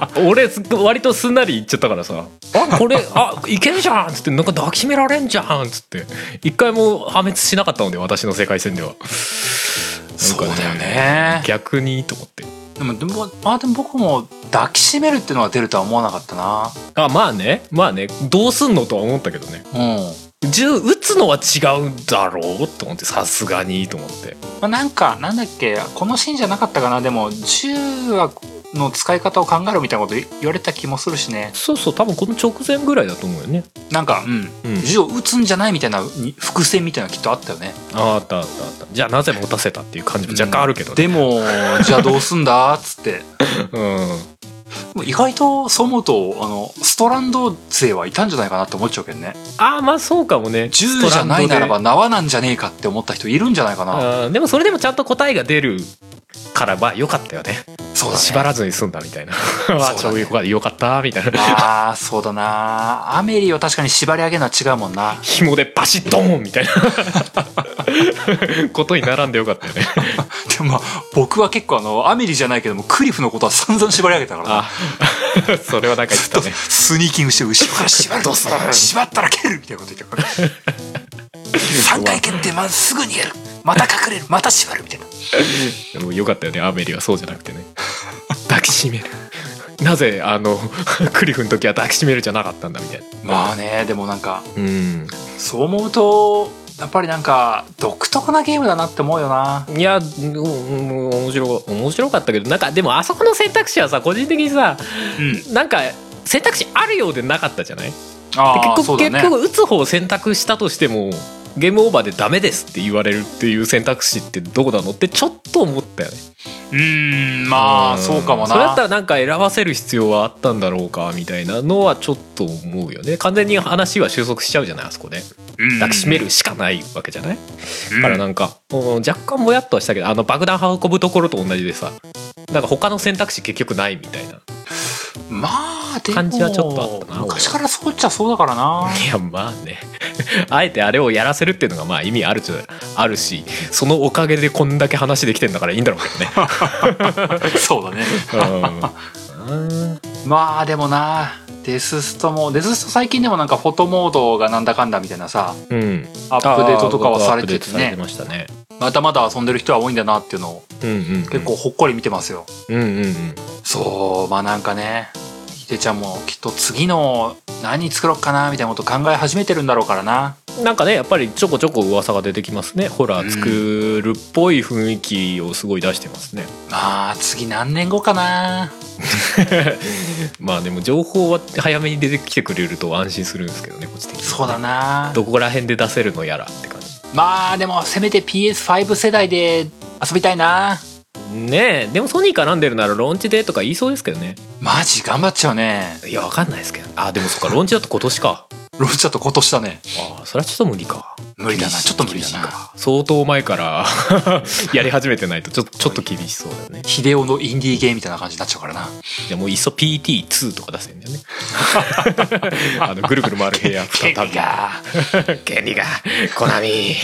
Speaker 2: なん か俺す割とすんなりいっちゃったからさ「あこれあいけるじゃん」っつってなんか抱きしめられんじゃんっつって一回も破滅しなかったので私の世界線ではなんかね
Speaker 1: そうだよね
Speaker 2: 逆にと思って
Speaker 1: でもでもあでも僕も抱きしめるっていうのが出るとは思わなかったな
Speaker 2: あまあねまあねどうすんのとは思ったけどね
Speaker 1: うん
Speaker 2: 銃撃つのは違うんだろうと思ってさすがにと思って
Speaker 1: まあ、なんかなんだっけこのシーンじゃなかったかなでも銃はの使い方を考えろみたいなこと言われた気もするしね
Speaker 2: そうそう多分この直前ぐらいだと思うよね、
Speaker 1: なんか、うん、
Speaker 2: うん、
Speaker 1: 銃を撃つんじゃないみたいなに伏線みたいなのきっとあったよね
Speaker 2: ああったあったあったじゃあなぜ持たせたっていう感じも若干あるけどね、
Speaker 1: でもじゃあどうすんだっつって
Speaker 2: うん
Speaker 1: でも意外とそう思うとあのストランド勢はいたんじゃないかなって思っちゃうけどね
Speaker 2: ああまあそうかもね
Speaker 1: 銃じゃない
Speaker 2: スト
Speaker 1: な
Speaker 2: ラ
Speaker 1: ら
Speaker 2: ンド
Speaker 1: ば
Speaker 2: で
Speaker 1: 縄なんじゃねえかって思った人いるんじゃないかな
Speaker 2: あーでもそれでもちゃんと答えが出るからまあよかったよね
Speaker 1: そうだね
Speaker 2: 縛らずに済んだみたいな あ
Speaker 1: ね
Speaker 2: そういうことでよかったみたいな
Speaker 1: あーそうだなアメリを確かに縛り上げるのは違うもん な
Speaker 2: 紐でバシッドーンみた いなことに並んでよかったよね
Speaker 1: でもまあ僕は結構あのアメリじゃないけどもクリフのことは散々縛り上げたからな
Speaker 2: あ それはなんか言ったね
Speaker 1: スニーキングして後ろから縛るどうすん の縛ったら蹴るみたいなこと言ってるから3回蹴ってまっすぐ逃げるまた隠れるまた縛るみたいな
Speaker 2: でもよかったよねアメリはそうじゃなくてね抱きしめるなぜあのクリフの時は抱きしめるじゃなかったんだみたいな
Speaker 1: まあねでもなんか
Speaker 2: うん
Speaker 1: そう思うとやっぱりなんか独特なゲームだなって思うよない
Speaker 2: や、うんうん面白か面白かったけどなんかでもあそこの選択肢はさ個人的にさ
Speaker 1: うん
Speaker 2: なんか選択肢あるようでなかったじゃない
Speaker 1: あー
Speaker 2: 結
Speaker 1: そう
Speaker 2: 局、
Speaker 1: だね
Speaker 2: 結局打つ方を選択したとしてもゲームオーバーでダメですって言われるっていう選択肢ってどこなのってちょっと思ったよね
Speaker 1: うーんまあ
Speaker 2: ん
Speaker 1: そうかもな
Speaker 2: それだったらなんか選ばせる必要はあったんだろうかみたいなのはちょっと思うよね完全に話は収束しちゃうじゃないあそこで
Speaker 1: うん
Speaker 2: 抱きしめるしかないわけじゃない、
Speaker 1: うん
Speaker 2: だからなんか、うん若干もやっとはしたけどあの爆弾運ぶところと同じでさなんか他の選択肢結局ないみたいな
Speaker 1: まあでも
Speaker 2: 感じはちょっとあったな俺は
Speaker 1: 昔からそうっちゃそうだから ない
Speaker 2: やまあねあえてあれをやらせるっていうのがまあ意味あるじゃあるしそのおかげでこんだけ話できてんだからいいんだろうけ
Speaker 1: そうだね
Speaker 2: どね、うん
Speaker 1: まあでもなデスストもデススト最近でもなんかフォトモードがなんだかんだみたいなさ
Speaker 2: うん、
Speaker 1: アップデートとかはされてて
Speaker 2: アップデートされて
Speaker 1: ね
Speaker 2: ましたね
Speaker 1: またまだ遊んでる人は多いんだなっていうのを
Speaker 2: うんうんうん
Speaker 1: 結構ほっこり見てますよ、
Speaker 2: うんうんうん
Speaker 1: そうまあなんかねひでちゃんもきっと次の何作ろうかなみたいなこと考え始めてるんだろうからな
Speaker 2: なんかねやっぱりちょこちょこ噂が出てきますねホラー作るっぽい雰囲気をすごい出してますね、
Speaker 1: まあ次何年後かな
Speaker 2: まあでも情報は早めに出てきてくれると安心するんですけどねこっち的に
Speaker 1: そうだな
Speaker 2: どこら辺で出せるのやらって感じ
Speaker 1: まあでもせめて PS5 世代で遊びたいな
Speaker 2: ねえでもソニー絡んでるならローンチでとか言いそうですけどね
Speaker 1: マジ頑張っちゃうね
Speaker 2: いやわかんないですけどあでもそっかローンチだと今年か
Speaker 1: ロブちゃんと今年だね
Speaker 2: あそれはちょっと無理か
Speaker 1: 無理だなちょっと無理だ
Speaker 2: 厳しい
Speaker 1: な
Speaker 2: か相当前から やり始めてないとちょちょっと厳しそうだよね
Speaker 1: ヒデオのインディーゲーみたいな感じになっちゃうからな
Speaker 2: じゃあもういっそ PT2 とか出せ んだよねあのぐるぐる回る部屋再び権利がコナミ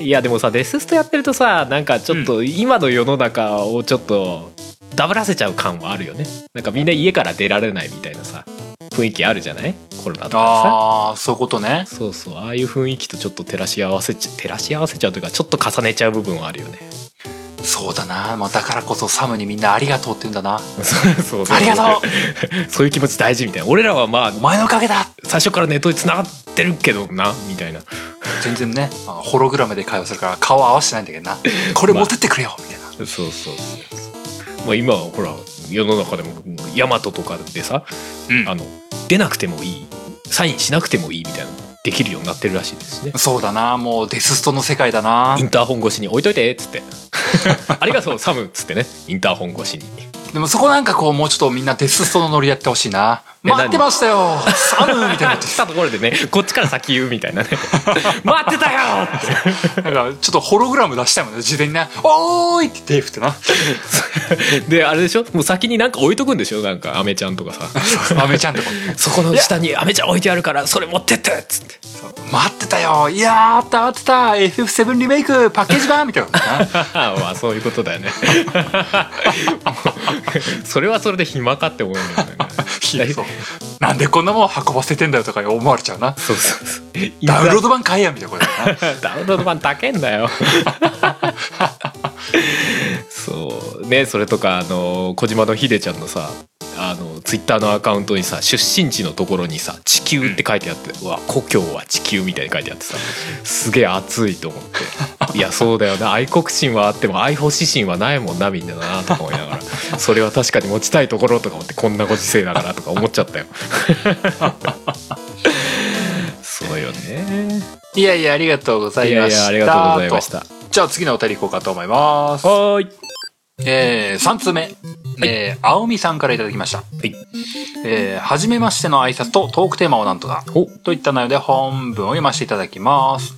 Speaker 2: いやでもさデスストやってるとさなんかちょっと今の世の中をちょっとダブらせちゃう感はあるよねなんかみんな家から出られないみたいなさ雰囲気あるじゃないコロナとか
Speaker 1: ああそういうことね
Speaker 2: さそうそうああいう雰囲気とちょっと照らし合わせちゃ照らし合わせちゃうというかちょっと重ねちゃう部分はあるよね
Speaker 1: そうだな、まあ、だからこそサムにみんなありがとうって言うんだな
Speaker 2: そうそうそう
Speaker 1: ありがとう
Speaker 2: そういう気持ち大事みたいな俺らはま
Speaker 1: お
Speaker 2: あ
Speaker 1: 前のおかげだ
Speaker 2: 最初からネットに繋がってるけどなみたいな
Speaker 1: 全然ねあのホログラムで会話するから顔合わせてないんだけどなこれ持ってってくれよみたいな、
Speaker 2: そうそうそうそうまあ今はほら世の中でもヤマトとかでさ、
Speaker 1: うん
Speaker 2: あの出なくてもいいサインしなくてもいいみたいなのできるようになってるらしいですね
Speaker 1: そうだなもうデスストの世界だな
Speaker 2: インターホン越しに置いといてっつって ありがとうサムっつってねインターホン越しに
Speaker 1: でもそこなんかこうもうちょっとみんなデスストのノリやってほしいな
Speaker 2: え
Speaker 1: 待ってましたよサムみたいな
Speaker 2: あ
Speaker 1: こ
Speaker 2: 来たところでねこっちから先言うみたいなね 待ってたよっ
Speaker 1: となんかちょっとホログラム出したいもんね事前にな「おーい!」って手振ってな
Speaker 2: てであれでしょもう先になんか置いとくんでしょなんかアメちゃんとか さ
Speaker 1: 豆ちゃんとか
Speaker 2: そこの下にアメちゃん置いてあるからそれ持ってってっつって
Speaker 1: 待ってたよいやーあったあってた FF7 リメイクパッケージ版みたいなこと な
Speaker 2: まあそういうことだ よねそれはそれで暇かって思うんだよね
Speaker 1: いやそうなんでこんなもん運ばせてんだよとか思われちゃうな
Speaker 2: そうそうそう
Speaker 1: ダウンロード版買えやみたいなことだよな
Speaker 2: ダウンロード版高えんだ よそうねそれとかあの小島のひでちゃんのさあのツイッターのアカウントにさ出身地のところにさ「地球」って書いてあって「うわ故郷は地球」みたいに書いてあってさすげえ熱いと思っていやそうだよな愛国心はあっても愛保指心はないもんなみんなだなとか思いながらそれは確かに持ちたいところとか思ってこんなご時世だからとか思っちゃ ったよそうよね
Speaker 1: いやいや、ありがとうござ
Speaker 2: い
Speaker 1: い
Speaker 2: や
Speaker 1: ま
Speaker 2: い
Speaker 1: した。
Speaker 2: やありがとうございました
Speaker 1: じゃあ次のお便り行こうかと思います。
Speaker 2: はーい。
Speaker 1: えー、3通目。えー、青みさんからいただきました。はいえー、はじめましての挨拶とトークテーマをなんとか。
Speaker 2: お
Speaker 1: といった内容で本文を読ませていただきます。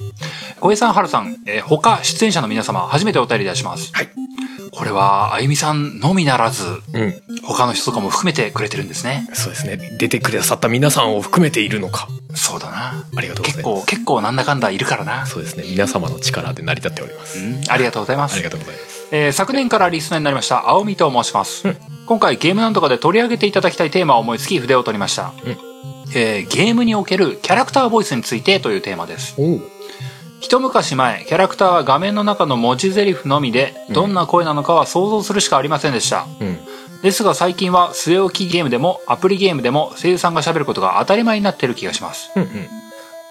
Speaker 1: 小江さん、春さん、えー、他出演者の皆様、初めてお便りいたします。
Speaker 2: はい。
Speaker 1: これは、あゆみさんのみならず、
Speaker 2: うん
Speaker 1: 他の人とかも含めてくれてるんですね。
Speaker 2: そうですね出てくださった皆さんを含めているのか
Speaker 1: そうだな。
Speaker 2: ありがとうござ
Speaker 1: 結
Speaker 2: いま
Speaker 1: 構、結構なんだかんだいるからな
Speaker 2: す。そうですね皆様の力で成り立っておりま
Speaker 1: う
Speaker 2: す
Speaker 1: ん、ありがとうございま
Speaker 2: あ
Speaker 1: す
Speaker 2: り。がとうございます
Speaker 1: えー昨年からリスナーになりました青みと申します、
Speaker 2: うん
Speaker 1: 今回ゲームなんとかで取り上げていただきたいテーマを思いつき筆を取りました、
Speaker 2: うん
Speaker 1: えーゲームにおけるキャラクターボイスについてというテーマです
Speaker 2: おう
Speaker 1: 一昔前キャラクターは画面の中の文字台詞のみでどんな声なのかは想像するしかありませんでした、
Speaker 2: うん
Speaker 1: ですが最近は据え置きゲームでもアプリゲームでも声優さんが喋ることが当たり前になっている気がします
Speaker 2: うんうん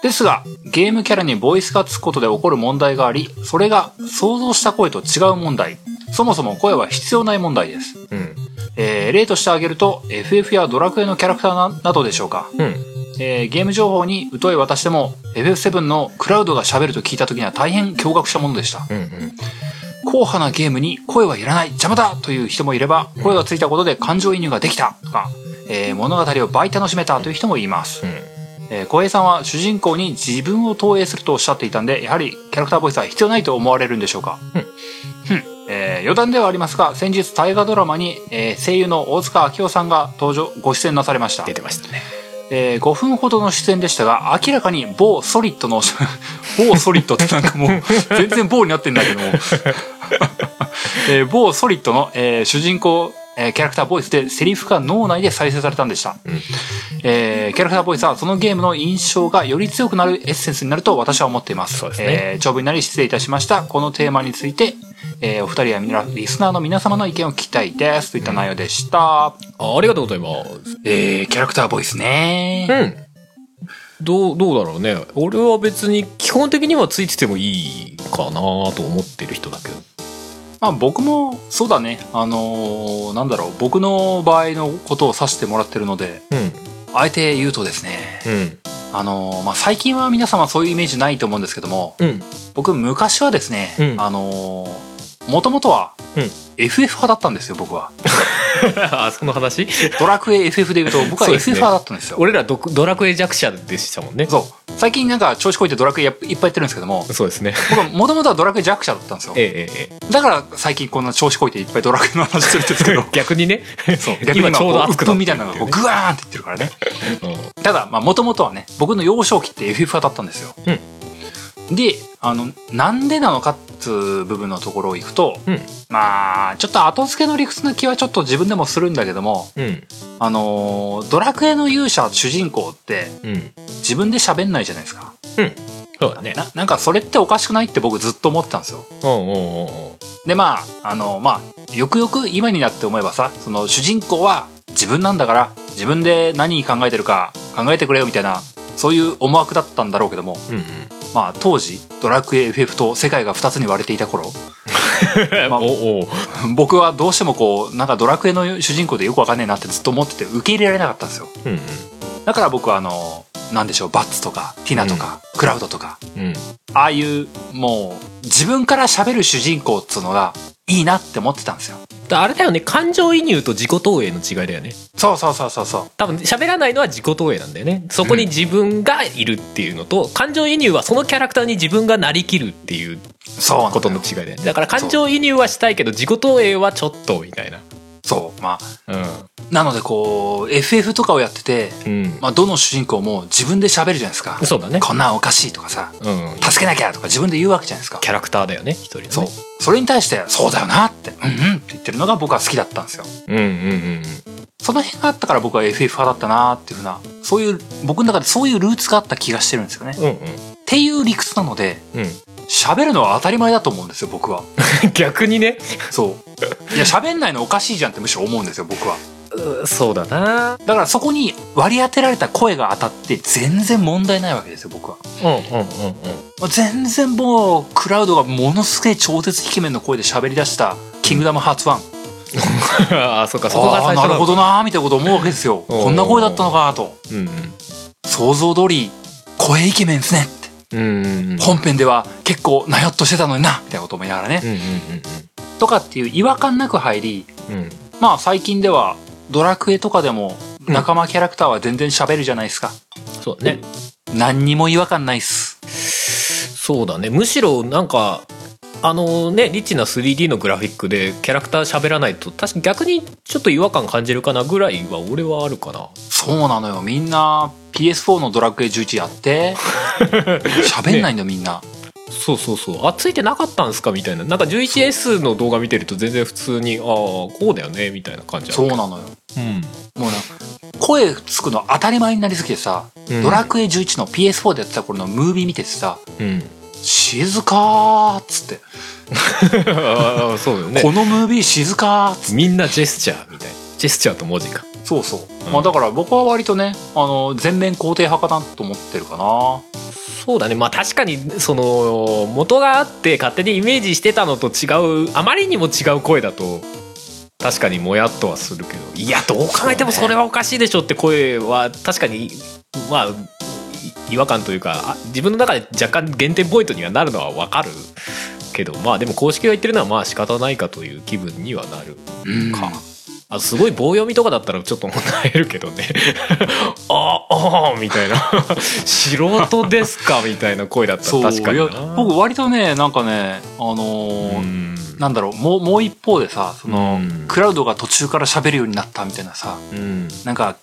Speaker 1: ですが、ゲームキャラにボイスがつくことで起こる問題があり、それが想像した声と違う問題。そもそも声は必要ない問題です。
Speaker 2: うん
Speaker 1: えー例として挙げると、FF やドラクエのキャラクターななどでしょうか。
Speaker 2: うん
Speaker 1: えーゲーム情報に疎い私でも、FF7 のクラウドが喋ると聞いた時には大変驚愕したものでした。
Speaker 2: うんうん
Speaker 1: 硬派なゲームに声はいらない、邪魔だという人もいれば、声がついたことで感情移入ができたとか、えー物語を倍楽しめたという人もいます。えー、小平さんは主人公に自分を投影するとおっしゃっていたんで、やはりキャラクターボイスは必要ないと思われるんでしょうか
Speaker 2: うん
Speaker 1: ふんえー余談ではありますが、先日大河ドラマに、えー声優の大塚明夫さんが登場、ご出演なされました
Speaker 2: 出。てましたね
Speaker 1: え5分ほどの出演でしたが、明らかに某ソリッドの、 某ソリッドってなんかもう、 全然某になってんだけども、 えー某ソリッドの、えー主人公、えーキャラクターボイスでセリフが脳内で再生されたんでした。
Speaker 2: ん
Speaker 1: えーキャラクターボイスはそのゲームの印象がより強くなるエッセンスになると私は思っています。
Speaker 2: そうですね
Speaker 1: えー長文になり失礼いたしました。このテーマについて、えーお二人やみなリスナーの皆様の意見を聞きたいです。といった内容でした。
Speaker 2: あありがとうございます
Speaker 1: えーキャラクターボイスね。
Speaker 2: うんどうどうだろうね俺は別に基本的にはついててもいいかなと思ってる人だけど
Speaker 1: まあ僕もそうだねあのーなんだろう僕の場合のことを指してもらってるので
Speaker 2: うん
Speaker 1: あえて言うとですね
Speaker 2: うん
Speaker 1: あのーまあ最近は皆様そういうイメージないと思うんですけども
Speaker 2: うん
Speaker 1: 僕昔はですね、
Speaker 2: うん
Speaker 1: あのもともとは
Speaker 2: うん
Speaker 1: FF 派だったんですよ僕は
Speaker 2: あその話
Speaker 1: ドラクエ FF で言うと僕は
Speaker 2: そ
Speaker 1: FF
Speaker 2: うですね
Speaker 1: 派だったんですよ
Speaker 2: 俺らドクドラクエ弱者でしたもんね
Speaker 1: そう最近なんか調子こいてドラクエやっいっぱいやってるんですけど も
Speaker 2: そうですね
Speaker 1: 僕はもともとはドラクエ弱者だったんですよ
Speaker 2: ええええ
Speaker 1: だから最近こんな調子こいていっぱいドラクエの話してるんですけど
Speaker 2: 逆にね
Speaker 1: そう逆に
Speaker 2: 今
Speaker 1: 今
Speaker 2: ち
Speaker 1: こ
Speaker 2: ょ
Speaker 1: う
Speaker 2: うど熱く
Speaker 1: 鬱憤
Speaker 2: なっ
Speaker 1: み
Speaker 2: て
Speaker 1: た
Speaker 2: る
Speaker 1: いなのがこ
Speaker 2: っていうう
Speaker 1: グワーンって言ってるからね
Speaker 2: ね
Speaker 1: ただ、まあ、もともとはね、僕の幼少期って FF 派だったんですよ。で、あの、なんでなのかっつう部分のところをいくと、
Speaker 2: うん
Speaker 1: まあ、ちょっと後付けの理屈の気はちょっと自分でもするんだけども、
Speaker 2: うんうん
Speaker 1: あのードラクエの勇者、主人公って、
Speaker 2: うん
Speaker 1: 自分で喋んないじゃないですか。
Speaker 2: そうだね
Speaker 1: な、なんかそれっておかしくないって僕ずっと思ってたんですよ。
Speaker 2: うんうんうんうん
Speaker 1: で、まあ、あのまあ、よくよく今になって思えばさ、その主人公は自分なんだから、自分で何考えてるか考えてくれよみたいな、そういう思惑だったんだろうけども、
Speaker 2: うん
Speaker 1: まあ当時ドラクエ FF と世界が2つに割れていた頃
Speaker 2: うん
Speaker 1: まあ
Speaker 2: おお
Speaker 1: 僕はどうしてもこうなんかドラクエの主人公でよくわかんねえなってずっと思ってて受け入れられなかったんですよ
Speaker 2: うん
Speaker 1: だから僕はあのなんでしょうバッツとかティナとか、クラウドとか
Speaker 2: うんうん
Speaker 1: ああいうもう自分から喋る主人公っつうのがいいなって思ってたんですよ
Speaker 2: だあれだよね感情移入と自己投影の違いだよね
Speaker 1: そうそうそうそうそう
Speaker 2: 多分喋らないのは自己投影なんだよねそこに自分がいるっていうのと、感情移入はそのキャラクターに自分がなりきるっていう
Speaker 1: そうなん
Speaker 2: こと
Speaker 1: だ
Speaker 2: の
Speaker 1: よ
Speaker 2: 違いだよねだから感情移入はしたいけど自己投影はちょっとみたいな
Speaker 1: そうまあ
Speaker 2: う
Speaker 1: なのでこう FF とかをやってて、
Speaker 2: ん、
Speaker 1: まあ、どの主人公も自分で喋るじゃないですか
Speaker 2: そうだね
Speaker 1: こんなんおかしいとかさ
Speaker 2: うん
Speaker 1: 助けなきゃとか自分で言うわけじゃないですか
Speaker 2: キャラクターだよね一人のね
Speaker 1: そう。それに対して、そうだよなって、うんうんって言ってるのが僕は好きだったんですよ。
Speaker 2: うんうんうん
Speaker 1: その辺があったから僕は FF 派だったなっていうふうな、そういう、僕の中でそういうルーツがあった気がしてるんですよね。
Speaker 2: うんうん
Speaker 1: っていう理屈なので、
Speaker 2: うん
Speaker 1: 喋るのは当たり前だと思うんですよ、僕は。
Speaker 2: 逆にね
Speaker 1: そう。いや、喋んないのおかしいじゃんってむしろ思うんですよ、僕は。
Speaker 2: そうだな
Speaker 1: だからそこに割り当てられた声が当たって全然問題ないわけですよ、僕は。
Speaker 2: うんうんうんうん
Speaker 1: 全然もう、クラウドがものすげえ超絶イケメンの声で喋り出した、キングダムハーツ1。
Speaker 2: ああそっかそこが最
Speaker 1: あーな
Speaker 2: 初の
Speaker 1: るほどなーみたいなこと思うわけですよ。
Speaker 2: おー
Speaker 1: こんな声だったのかなと。
Speaker 2: うん
Speaker 1: 想像通り、声イケメンですねって。
Speaker 2: うんうんうん
Speaker 1: 本編では結構なよっとしてたのになみたいなこと思いながらね
Speaker 2: う。んうん
Speaker 1: とかっていう違和感なく入り、
Speaker 2: うんうん
Speaker 1: まあ最近ではドラクエとかでも仲間キャラクターは全然喋るじゃないですか。
Speaker 2: そうだね
Speaker 1: 何にも違和感ないっす。
Speaker 2: そうだねむしろなんかあのねリッチな 3D のグラフィックでキャラクター喋らないと確かに逆にちょっと違和感感じるかなぐらいは俺はあるかな
Speaker 1: そうなのよ。みんな PS4 のドラクエ11や って、喋んないんだよみんな。
Speaker 2: そうそうそうあついてなかったんすかみたいななんか 11S の動画見てると全然普通にああこうだよねみたいな感じある
Speaker 1: そうなのよ。
Speaker 2: うん
Speaker 1: もうな、声つくの当たり前になりすぎてさ、
Speaker 2: うん
Speaker 1: ドラクエ11の PS4 でやってた頃のムービー見ててさ、
Speaker 2: うん
Speaker 1: 静かーっつって、
Speaker 2: ああそうだよね
Speaker 1: このムービー静かーっつって
Speaker 2: みんなジェスチャーみたいなジェスチャーと文字か
Speaker 1: そうそう、
Speaker 2: うん
Speaker 1: まあだから僕は割とねあの全面肯定派かなと思ってるかな
Speaker 2: そうだねまあ確かにその元があって勝手にイメージしてたのと違うあまりにも違う声だと確かにもやっとはするけどいやどう考えてもそれはおかしいでしょって声は確かにまあい違和感というかあ自分の中で若干減点ポイントにはなるのはわかるけどまあでも公式が言ってるのはまあ仕方ないかという気分にはなる
Speaker 1: うん
Speaker 2: か、あすごい棒読みとかだったらちょっともらえるけどね ああみたいな 素人ですかみたいな声だった
Speaker 1: そう
Speaker 2: ら確かに
Speaker 1: い
Speaker 2: な
Speaker 1: や僕割とねなんかねあのー
Speaker 2: うん
Speaker 1: なんだろうもうもう一方でさその、
Speaker 2: うん
Speaker 1: クラウドが途中から喋るようになったみたいなさ
Speaker 2: うん
Speaker 1: なんか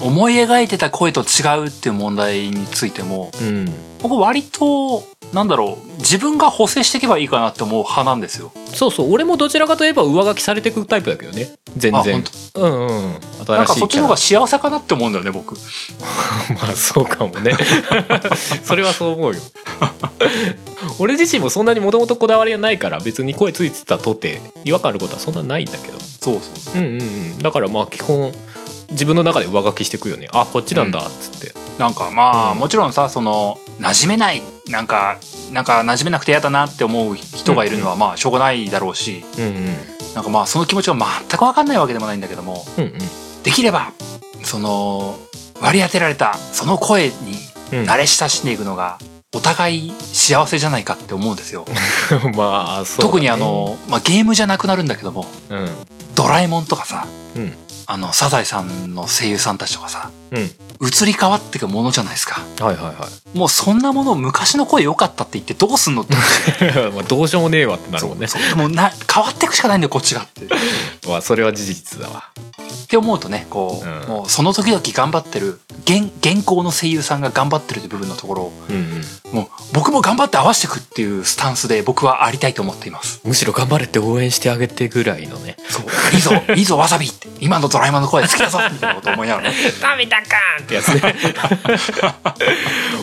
Speaker 1: 思い描いてた声と違うっていう問題についても
Speaker 2: うん
Speaker 1: 僕割となんだろう自分が補正していけばいいかなって思う派なんですよ
Speaker 2: そうそう俺もどちらかといえば上書きされていくタイプだけどね全
Speaker 1: あ
Speaker 2: 然
Speaker 1: 本
Speaker 2: うんうん
Speaker 1: なん
Speaker 2: 新
Speaker 1: か
Speaker 2: し
Speaker 1: そっ
Speaker 2: い
Speaker 1: ち
Speaker 2: キャ
Speaker 1: の方
Speaker 2: ラ
Speaker 1: が幸せかなって思うんだよね僕
Speaker 2: まあそうかもね それはそう思うよ 俺自身もそんなにもともとこだわりがないから別に声ついてたとて違和感あることはそんなないんだけど
Speaker 1: そうそうそう
Speaker 2: うんうんうんだからまあ基本自分の中で上書きしていくよねあこっちなんだっつって、
Speaker 1: なんかまあ、
Speaker 2: うん
Speaker 1: もちろんさその馴染めないなんかなんか馴染めなくて嫌だなって思う人がいるのはまあしょうがないだろうし、
Speaker 2: うん、うん
Speaker 1: なんかまあその気持ちは全く分かんないわけでもないんだけども
Speaker 2: うん
Speaker 1: できればその割り当てられたその声に
Speaker 2: うん
Speaker 1: 慣れ親しんでいくのがお互い幸せじゃないかって思うんですよ。
Speaker 2: うん まあそうだね
Speaker 1: 特にあの、まあ、ゲームじゃなくなるんだけども
Speaker 2: うん
Speaker 1: ドラえもんとかさ、
Speaker 2: うん
Speaker 1: あのサザエさんの声優さんたちとかさ
Speaker 2: うん
Speaker 1: 移り変わってくものじゃないですか。
Speaker 2: はいはい
Speaker 1: もうそんなもの昔の声良かったって言ってどうすんのって
Speaker 2: はい まあどうしようもねえわってなるもんね
Speaker 1: そうそうもうな変わっていくしかないんだよこっちがってっ
Speaker 2: まあそれは事実だわ
Speaker 1: て思うとねこう、
Speaker 2: うん
Speaker 1: もうその時々頑張ってる現現行の声優さんが頑張ってるって部分のところを
Speaker 2: うん、うん、
Speaker 1: もう僕も頑張って合わせていくっていうスタンスで僕はありたいと思っています
Speaker 2: むしろ頑張れって応援してあげてぐらいのね
Speaker 1: そういいぞいいぞわさびって今のドラえもんの声好きだぞみたいなこと思いながらね
Speaker 2: 食べたかーんってやつね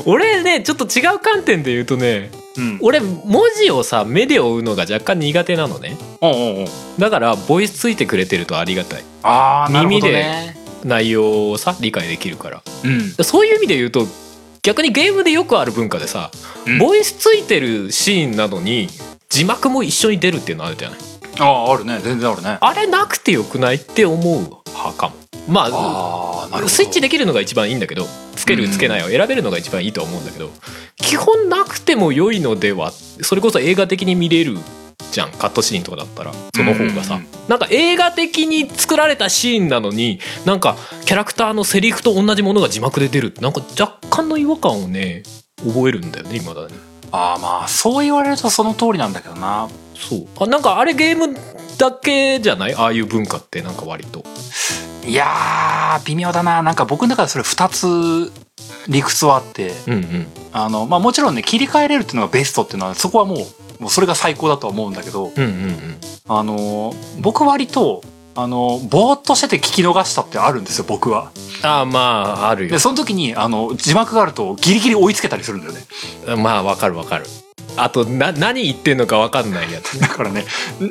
Speaker 2: 俺ねちょっと違う観点で言うとね
Speaker 1: うん
Speaker 2: 俺文字をさ目で追うのが若干苦手なのね
Speaker 1: おうおうおう
Speaker 2: だからボイスついてくれてるとありがたい
Speaker 1: ああなるほどね
Speaker 2: 内容をさ理解できるから
Speaker 1: うん
Speaker 2: そういう意味で言うと逆にゲームでよくある文化でさ、
Speaker 1: うん
Speaker 2: ボイスついてるシーンなどに字幕も一緒に出るっていうのあるじゃない
Speaker 1: あああるね全然あるね
Speaker 2: あれなくてよくないって思う派かもま
Speaker 1: あ
Speaker 2: あ
Speaker 1: あなるほど
Speaker 2: スイッチできるのが一番いいんだけどつけ
Speaker 1: う
Speaker 2: る
Speaker 1: ん
Speaker 2: つけないを選べるのが一番いいとは思うんだけど、基本なくても良いのではそれこそ映画的に見れるじゃんカットシーンとかだったらその方がさ、
Speaker 1: うんうん
Speaker 2: なんか映画的に作られたシーンなのになんかキャラクターのセリフと同じものが字幕で出るってなんか若干の違和感をね覚えるんだよね今だに
Speaker 1: ああまあそう言われるとその通りなんだけどな
Speaker 2: そうあなんかあれゲームだけじゃないああいう文化ってなんか割と
Speaker 1: いやー微妙だななんか僕の中でそれ2つ理屈はあって
Speaker 2: うんうん
Speaker 1: あの、まあ、もちろんね切り替えれるっていうのがベストっていうのはそこはもうもうそれが最高だとは思うんだけど
Speaker 2: うんうん
Speaker 1: あの僕割とあのぼーっとしてて聞き逃したってあるんですよ僕は
Speaker 2: ああまああるよ
Speaker 1: でその時にあの字幕があるとギリギリ追いつけたりするんだよね
Speaker 2: まあわかるわかるあとな何言ってんのか分かんないやつ
Speaker 1: だからね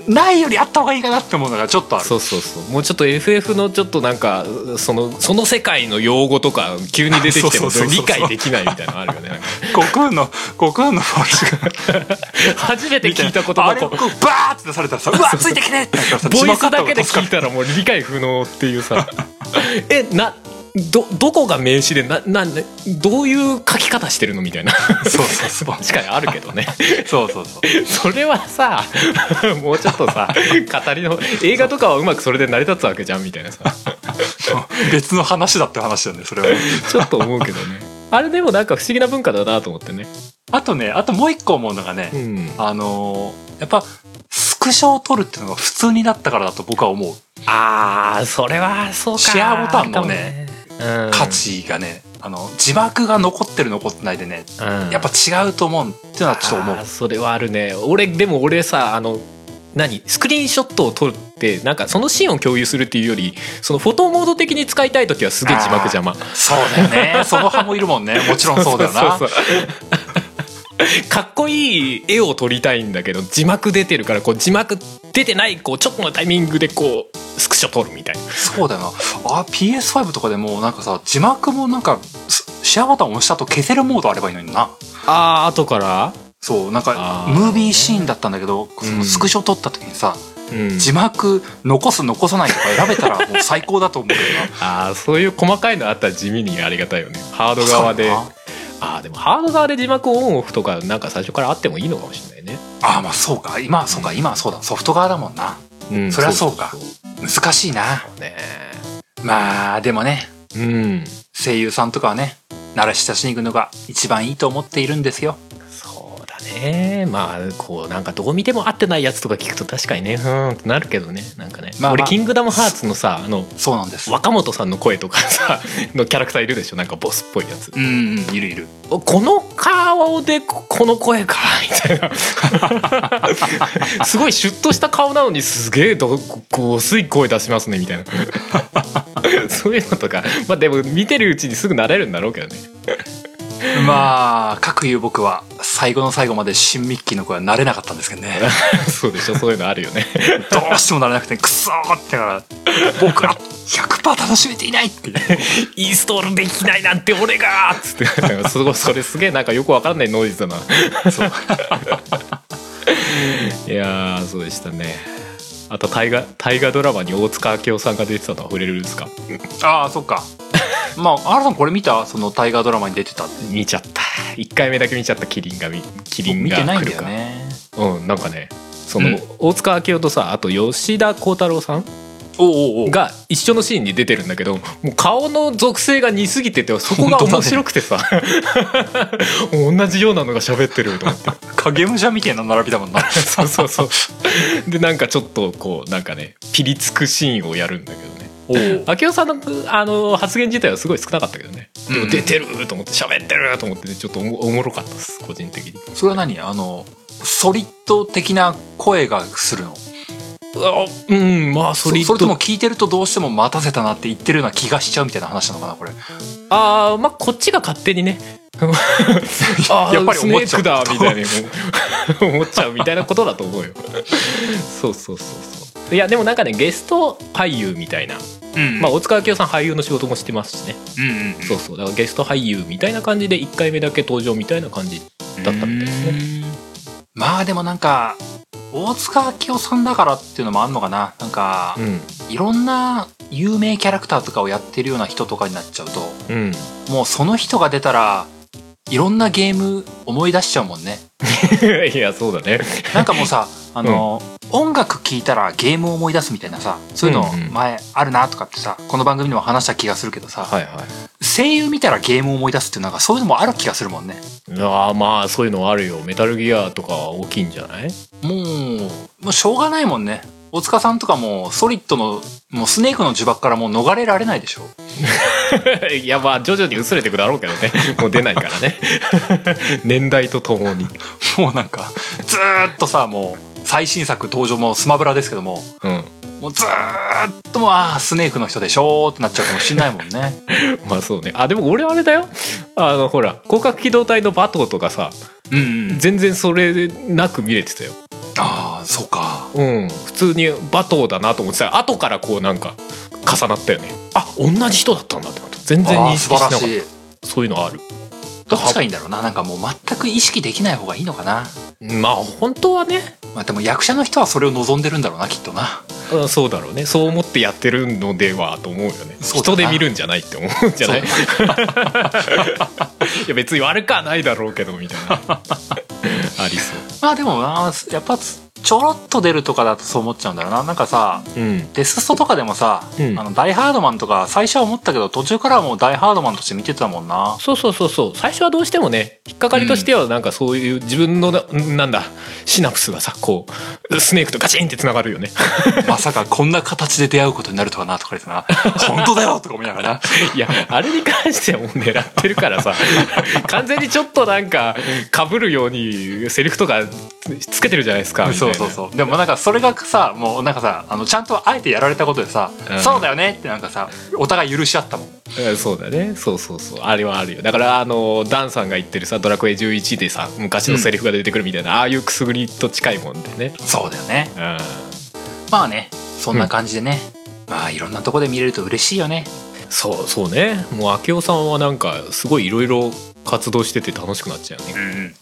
Speaker 1: ないよりあった方がいいかなって思うのがちょっとある
Speaker 2: そうそうそうもうちょっと FF のちょっとなんかそのその世界の用語とか急に出てきても
Speaker 1: そうそうそうそう
Speaker 2: 理解できないみたいなのあるよねなんか
Speaker 1: 悟空の悟空のフォルシュが
Speaker 2: 初めて聞いた言
Speaker 1: あ
Speaker 2: 葉
Speaker 1: れ
Speaker 2: こ
Speaker 1: こ
Speaker 2: う
Speaker 1: うバーって出されたらさ「うわついてきね!」ってなったらさ
Speaker 2: ボイ
Speaker 1: 字幕あ
Speaker 2: ス
Speaker 1: った
Speaker 2: だ
Speaker 1: 方
Speaker 2: け
Speaker 1: が
Speaker 2: で
Speaker 1: 助か
Speaker 2: 聞い
Speaker 1: る
Speaker 2: たらもう理解不能っていうさえなどどこが名詞でななんでどういう書き方してるのみたいな
Speaker 1: そうそうそう
Speaker 2: 確かにあるけどね
Speaker 1: そうそうそう
Speaker 2: それはさもうちょっとさ語りの映画とかはうまくそれで成り立つわけじゃんみたいなさ
Speaker 1: 別の話だって話だよねそれはね
Speaker 2: ちょっと思うけどねあれでもなんか不思議な文化だなと思ってね
Speaker 1: あとねあともう一個思うのがね、
Speaker 2: うん
Speaker 1: あのーやっぱスクショを撮るっていうのが普通になったからだと僕は思う
Speaker 2: あーそれはそうか
Speaker 1: シェアボタンもね
Speaker 2: あるかもねうん
Speaker 1: 価値がね、あの字幕が残ってる残ってないでね
Speaker 2: うん
Speaker 1: やっぱ違うと思うっていうのはちょっと思う
Speaker 2: あーそれはあるね俺でも俺さあの何スクリーンショットを撮ってなんかそのシーンを共有するっていうよりそのフォトモード的に使いたい時はすげえ字幕邪魔
Speaker 1: そうだよねその派もいるもんねもちろんそうだよな
Speaker 2: そうそうそうかっこいい絵を撮りたいんだけど字幕出てるからこう字幕出てないこうちょっとのタイミングでこうスクショ撮るみたいな
Speaker 1: そうだよなあ PS5 とかでもなんかさ字幕もなんかスシェアボタンを押したと消せるモードあればいいのにな
Speaker 2: あー後から、
Speaker 1: そうなんか
Speaker 2: あー
Speaker 1: ムービーシーンだったんだけど、
Speaker 2: ん
Speaker 1: そのスクショ撮った時にさ、
Speaker 2: うん、
Speaker 1: 字幕残す残さないとか選べたらもう最高だと思うけどな
Speaker 2: あーそういう細かいのあったら地味にありがたいよねハー ド側で
Speaker 1: そうだな
Speaker 2: あーでもハード側で字幕オンオフとかなんか最初からあってもいいのかもしれないね、
Speaker 1: ああまあそうか今そうか今はそうだソフト側だもんな
Speaker 2: うん
Speaker 1: そりゃそうか
Speaker 2: そうそうそ
Speaker 1: 難しいな
Speaker 2: うね
Speaker 1: まあでもね
Speaker 2: うん
Speaker 1: 声優さんとかはね慣れ親しに行くのが一番いいと思っているんですよ
Speaker 2: そうだねまあこうなんかどう見ても合ってないやつとか聞くと確かにねうーんってなるけどねなんかね、
Speaker 1: まあまあ
Speaker 2: 俺キングダムハーツのさあの
Speaker 1: そうなんです
Speaker 2: 若本さんの声とかさのキャラクターいるでしょなんかボスっぽいやつ
Speaker 1: うんうんいるいる
Speaker 2: この顔でここの声かみたいなすごいシュッとした顔なのにすげえどこう薄い声出しますねみたいなそういうのとかまあでも見てるうちにすぐ慣れるんだろうけどね
Speaker 1: まあ各言う僕は最後の最後まで新ミッキーの声は慣れなかったんですけど ね
Speaker 2: そうでしょそういうのあるよね
Speaker 1: どうしても慣れなくてクソーってだから僕は100%楽しめていない っていう
Speaker 2: インストールできないなんて俺がっつってなんかすごいそれすげえなんかよくわからないノイズだないやーそうでしたねあと大河大河ドラマに大塚明夫さんが出てたのは触れるんですか
Speaker 1: ああそっかまあ原さんこれ見たその大河ドラマに出てたって
Speaker 2: 見ちゃった1回目だけ見ちゃったキリンが見キリン
Speaker 1: 見
Speaker 2: が
Speaker 1: てないん
Speaker 2: 来
Speaker 1: だ
Speaker 2: る
Speaker 1: よ
Speaker 2: か、
Speaker 1: ね
Speaker 2: うんなんかねその、
Speaker 1: うん
Speaker 2: 大塚明夫とさあと吉田鋼太郎さん
Speaker 1: おうおうおう
Speaker 2: が一緒のシーンに出てるんだけどもう顔の属性が似すぎててそこが面白くてさ、もう同じようなのが喋ってると思って
Speaker 1: 影武者みたいな並びだ もんな
Speaker 2: そうそうそうでなんかちょっとこうなんかねピリつくシーンをやるんだけどね
Speaker 1: おう
Speaker 2: 明夫さんのあの発言自体はすごい少なかったけどねで
Speaker 1: う
Speaker 2: も
Speaker 1: ん
Speaker 2: 出てると思って喋ってると思ってねちょっとおもおもろかったです個人的に。
Speaker 1: それは何あのソリッド的な声がするの
Speaker 2: あうんまあソ
Speaker 1: そ
Speaker 2: リッ
Speaker 1: そ
Speaker 2: ド
Speaker 1: れとも聞いてるとどうしても待たせたなって言ってるような気がしちゃうみたいな話なのかなこれ
Speaker 2: ああまあこっちが勝手にね あー
Speaker 1: やっぱり
Speaker 2: ス
Speaker 1: 思
Speaker 2: ネ
Speaker 1: っちゃ
Speaker 2: ー
Speaker 1: う
Speaker 2: クだみたいなもう思っちゃうみたいな ことだと思うよそうそうそうそういやでもなんかねゲスト俳優みたいな、
Speaker 1: うん
Speaker 2: まあ、大塚明夫さん俳優の仕事もしてますしね
Speaker 1: うんうんうん
Speaker 2: そうそうだからゲスト俳優みたいな感じで1回目だけ登場みたいな感じだったみたいですね
Speaker 1: ねまあでもなんか大塚明夫さんだからっていうのもあんのかななんか
Speaker 2: うん
Speaker 1: いろんな有名キャラクターとかをやってるような人とかになっちゃうと
Speaker 2: うん
Speaker 1: もうその人が出たらいろんなゲーム思い出しちゃうもんね
Speaker 2: いやそうだね
Speaker 1: なんかもう さあの、音楽聴いたらゲームを思い出すみたいなさそういうの
Speaker 2: うんうん
Speaker 1: 前あるなとかってさこの番組でも話した気がするけどさ、
Speaker 2: はいはい
Speaker 1: 声優見たらゲームを思い出すっていうなんかそういうのもある気がするもんね
Speaker 2: あーまあそういうのあるよメタルギアとかは大きいんじゃない
Speaker 1: もうもうしょうがないもんね大塚さんとかもうソリッドのもうスネークの呪縛からもう逃れられないでしょ
Speaker 2: いやまあ徐々に薄れてくだろうけ どねもう出ないからね年代とともに、
Speaker 1: もうなんかずーっとさもう最新作登場もスマブラですけども
Speaker 2: うん、
Speaker 1: もうずーっともうああスネークの人でしょーってなっちゃうかもしんないもんね
Speaker 2: まあそうねあでも俺あれだよあのほら広角機動隊のバトーとかさ
Speaker 1: うんうん
Speaker 2: 全然それなく見れてたよ
Speaker 1: ああそうか
Speaker 2: うん普通に馬頭だなと思ってた後からこうなんか重なったよねあ同じ人だったんだってこと全然
Speaker 1: あ
Speaker 2: 認
Speaker 1: ー
Speaker 2: 識
Speaker 1: 素
Speaker 2: しな
Speaker 1: 晴
Speaker 2: かった
Speaker 1: らしい
Speaker 2: そういうのある
Speaker 1: どっちがいいんだろうななんかもう全く意識できない方がいいのかな
Speaker 2: まあ本当はね、
Speaker 1: まあでも役者の人はそれを望んでるんだろうなきっとな
Speaker 2: うんそうだろうねそう思ってやってるのではと思うよね
Speaker 1: そうだ
Speaker 2: 人
Speaker 1: な
Speaker 2: で見るんじゃないって思うんじゃないいや別に悪くはないだろうけどみたいな ありそ
Speaker 1: まあでもなやっぱちょろっと出るとかだとそう思っちゃうんだろうななんかさ
Speaker 2: ううん
Speaker 1: デスストとかでもさ、
Speaker 2: うん
Speaker 1: あのダイ・ハードマンとか最初は思ったけど途中からはもうダイ・ハードマンとして見てたもん な
Speaker 2: そうそうそうそう最初はどうしてもね引っかかりとしてはなんかそういう自分のな,、ん、なんだシナプスがさこうスネークとガチンってつながるよね
Speaker 1: まさかこんな形で出会うことになるとはなとか言ってな「 本当だよ!」とか思いながら
Speaker 2: いやあれに関してはもう狙ってるからさ 完全にちょっとなんかかぶるようにセリフとかつけてるじゃないですか
Speaker 1: な
Speaker 2: みたい
Speaker 1: そう
Speaker 2: な
Speaker 1: そうそうでもなんかそれがさもうなんかさあのちゃんとあえてやられたことでさ「
Speaker 2: うん
Speaker 1: そうだよね!」ってなんかさお互い許し合ったもん
Speaker 2: うんそうだねそうそうそうあれはあるよだからあのダンさんが言ってるさ「ドラクエ11」でさ昔のセリフが出てくるみたいな、ああいうくすぐりと近いもんでね
Speaker 1: そうだよね
Speaker 2: うん
Speaker 1: まあねそんな感じでね、まあいろんなとこで見れると嬉しいよね
Speaker 2: そうそうねもう明夫さんはなんかすごいいろいろ活動してて楽しくなっちゃうよね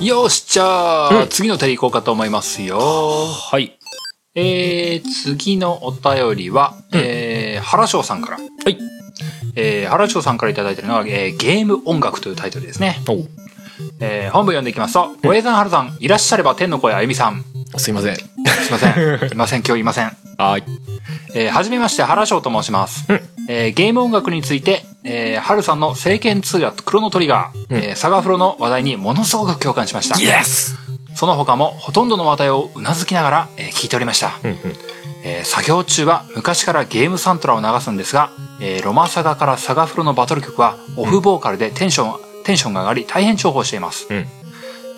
Speaker 1: よしじゃあ、
Speaker 2: うん
Speaker 1: 次の手行こうかと思いますよ
Speaker 2: はい
Speaker 1: えー、次のお便りは、
Speaker 2: うん
Speaker 1: えー原翔さんから
Speaker 2: はい
Speaker 1: えー原翔さんから頂いてるのは、えーゲーム音楽というタイトルですね。
Speaker 2: お
Speaker 1: えー本部読んでいきますと、ごえざんはるさん、いらっしゃれば天の声あゆみさん。
Speaker 2: すいません
Speaker 1: すいません。いません、今日いません。
Speaker 2: はい
Speaker 1: えーはじめまして、原翔と申します。
Speaker 2: うん
Speaker 1: えーゲーム音楽について、えー、はるさんの聖剣2やクロノトリガー、
Speaker 2: うん
Speaker 1: えーサガフロの話題にものすごく共感しました。
Speaker 2: エス
Speaker 1: その他もほとんどの話題をうなずきながら、えー聞いておりました。
Speaker 2: うんうん
Speaker 1: えー作業中は昔からゲームサントラを流すんですが、えーロマサガからサガフロのバトル曲はオフボーカルでテンション、テンションが上がり大変重宝しています。
Speaker 2: うん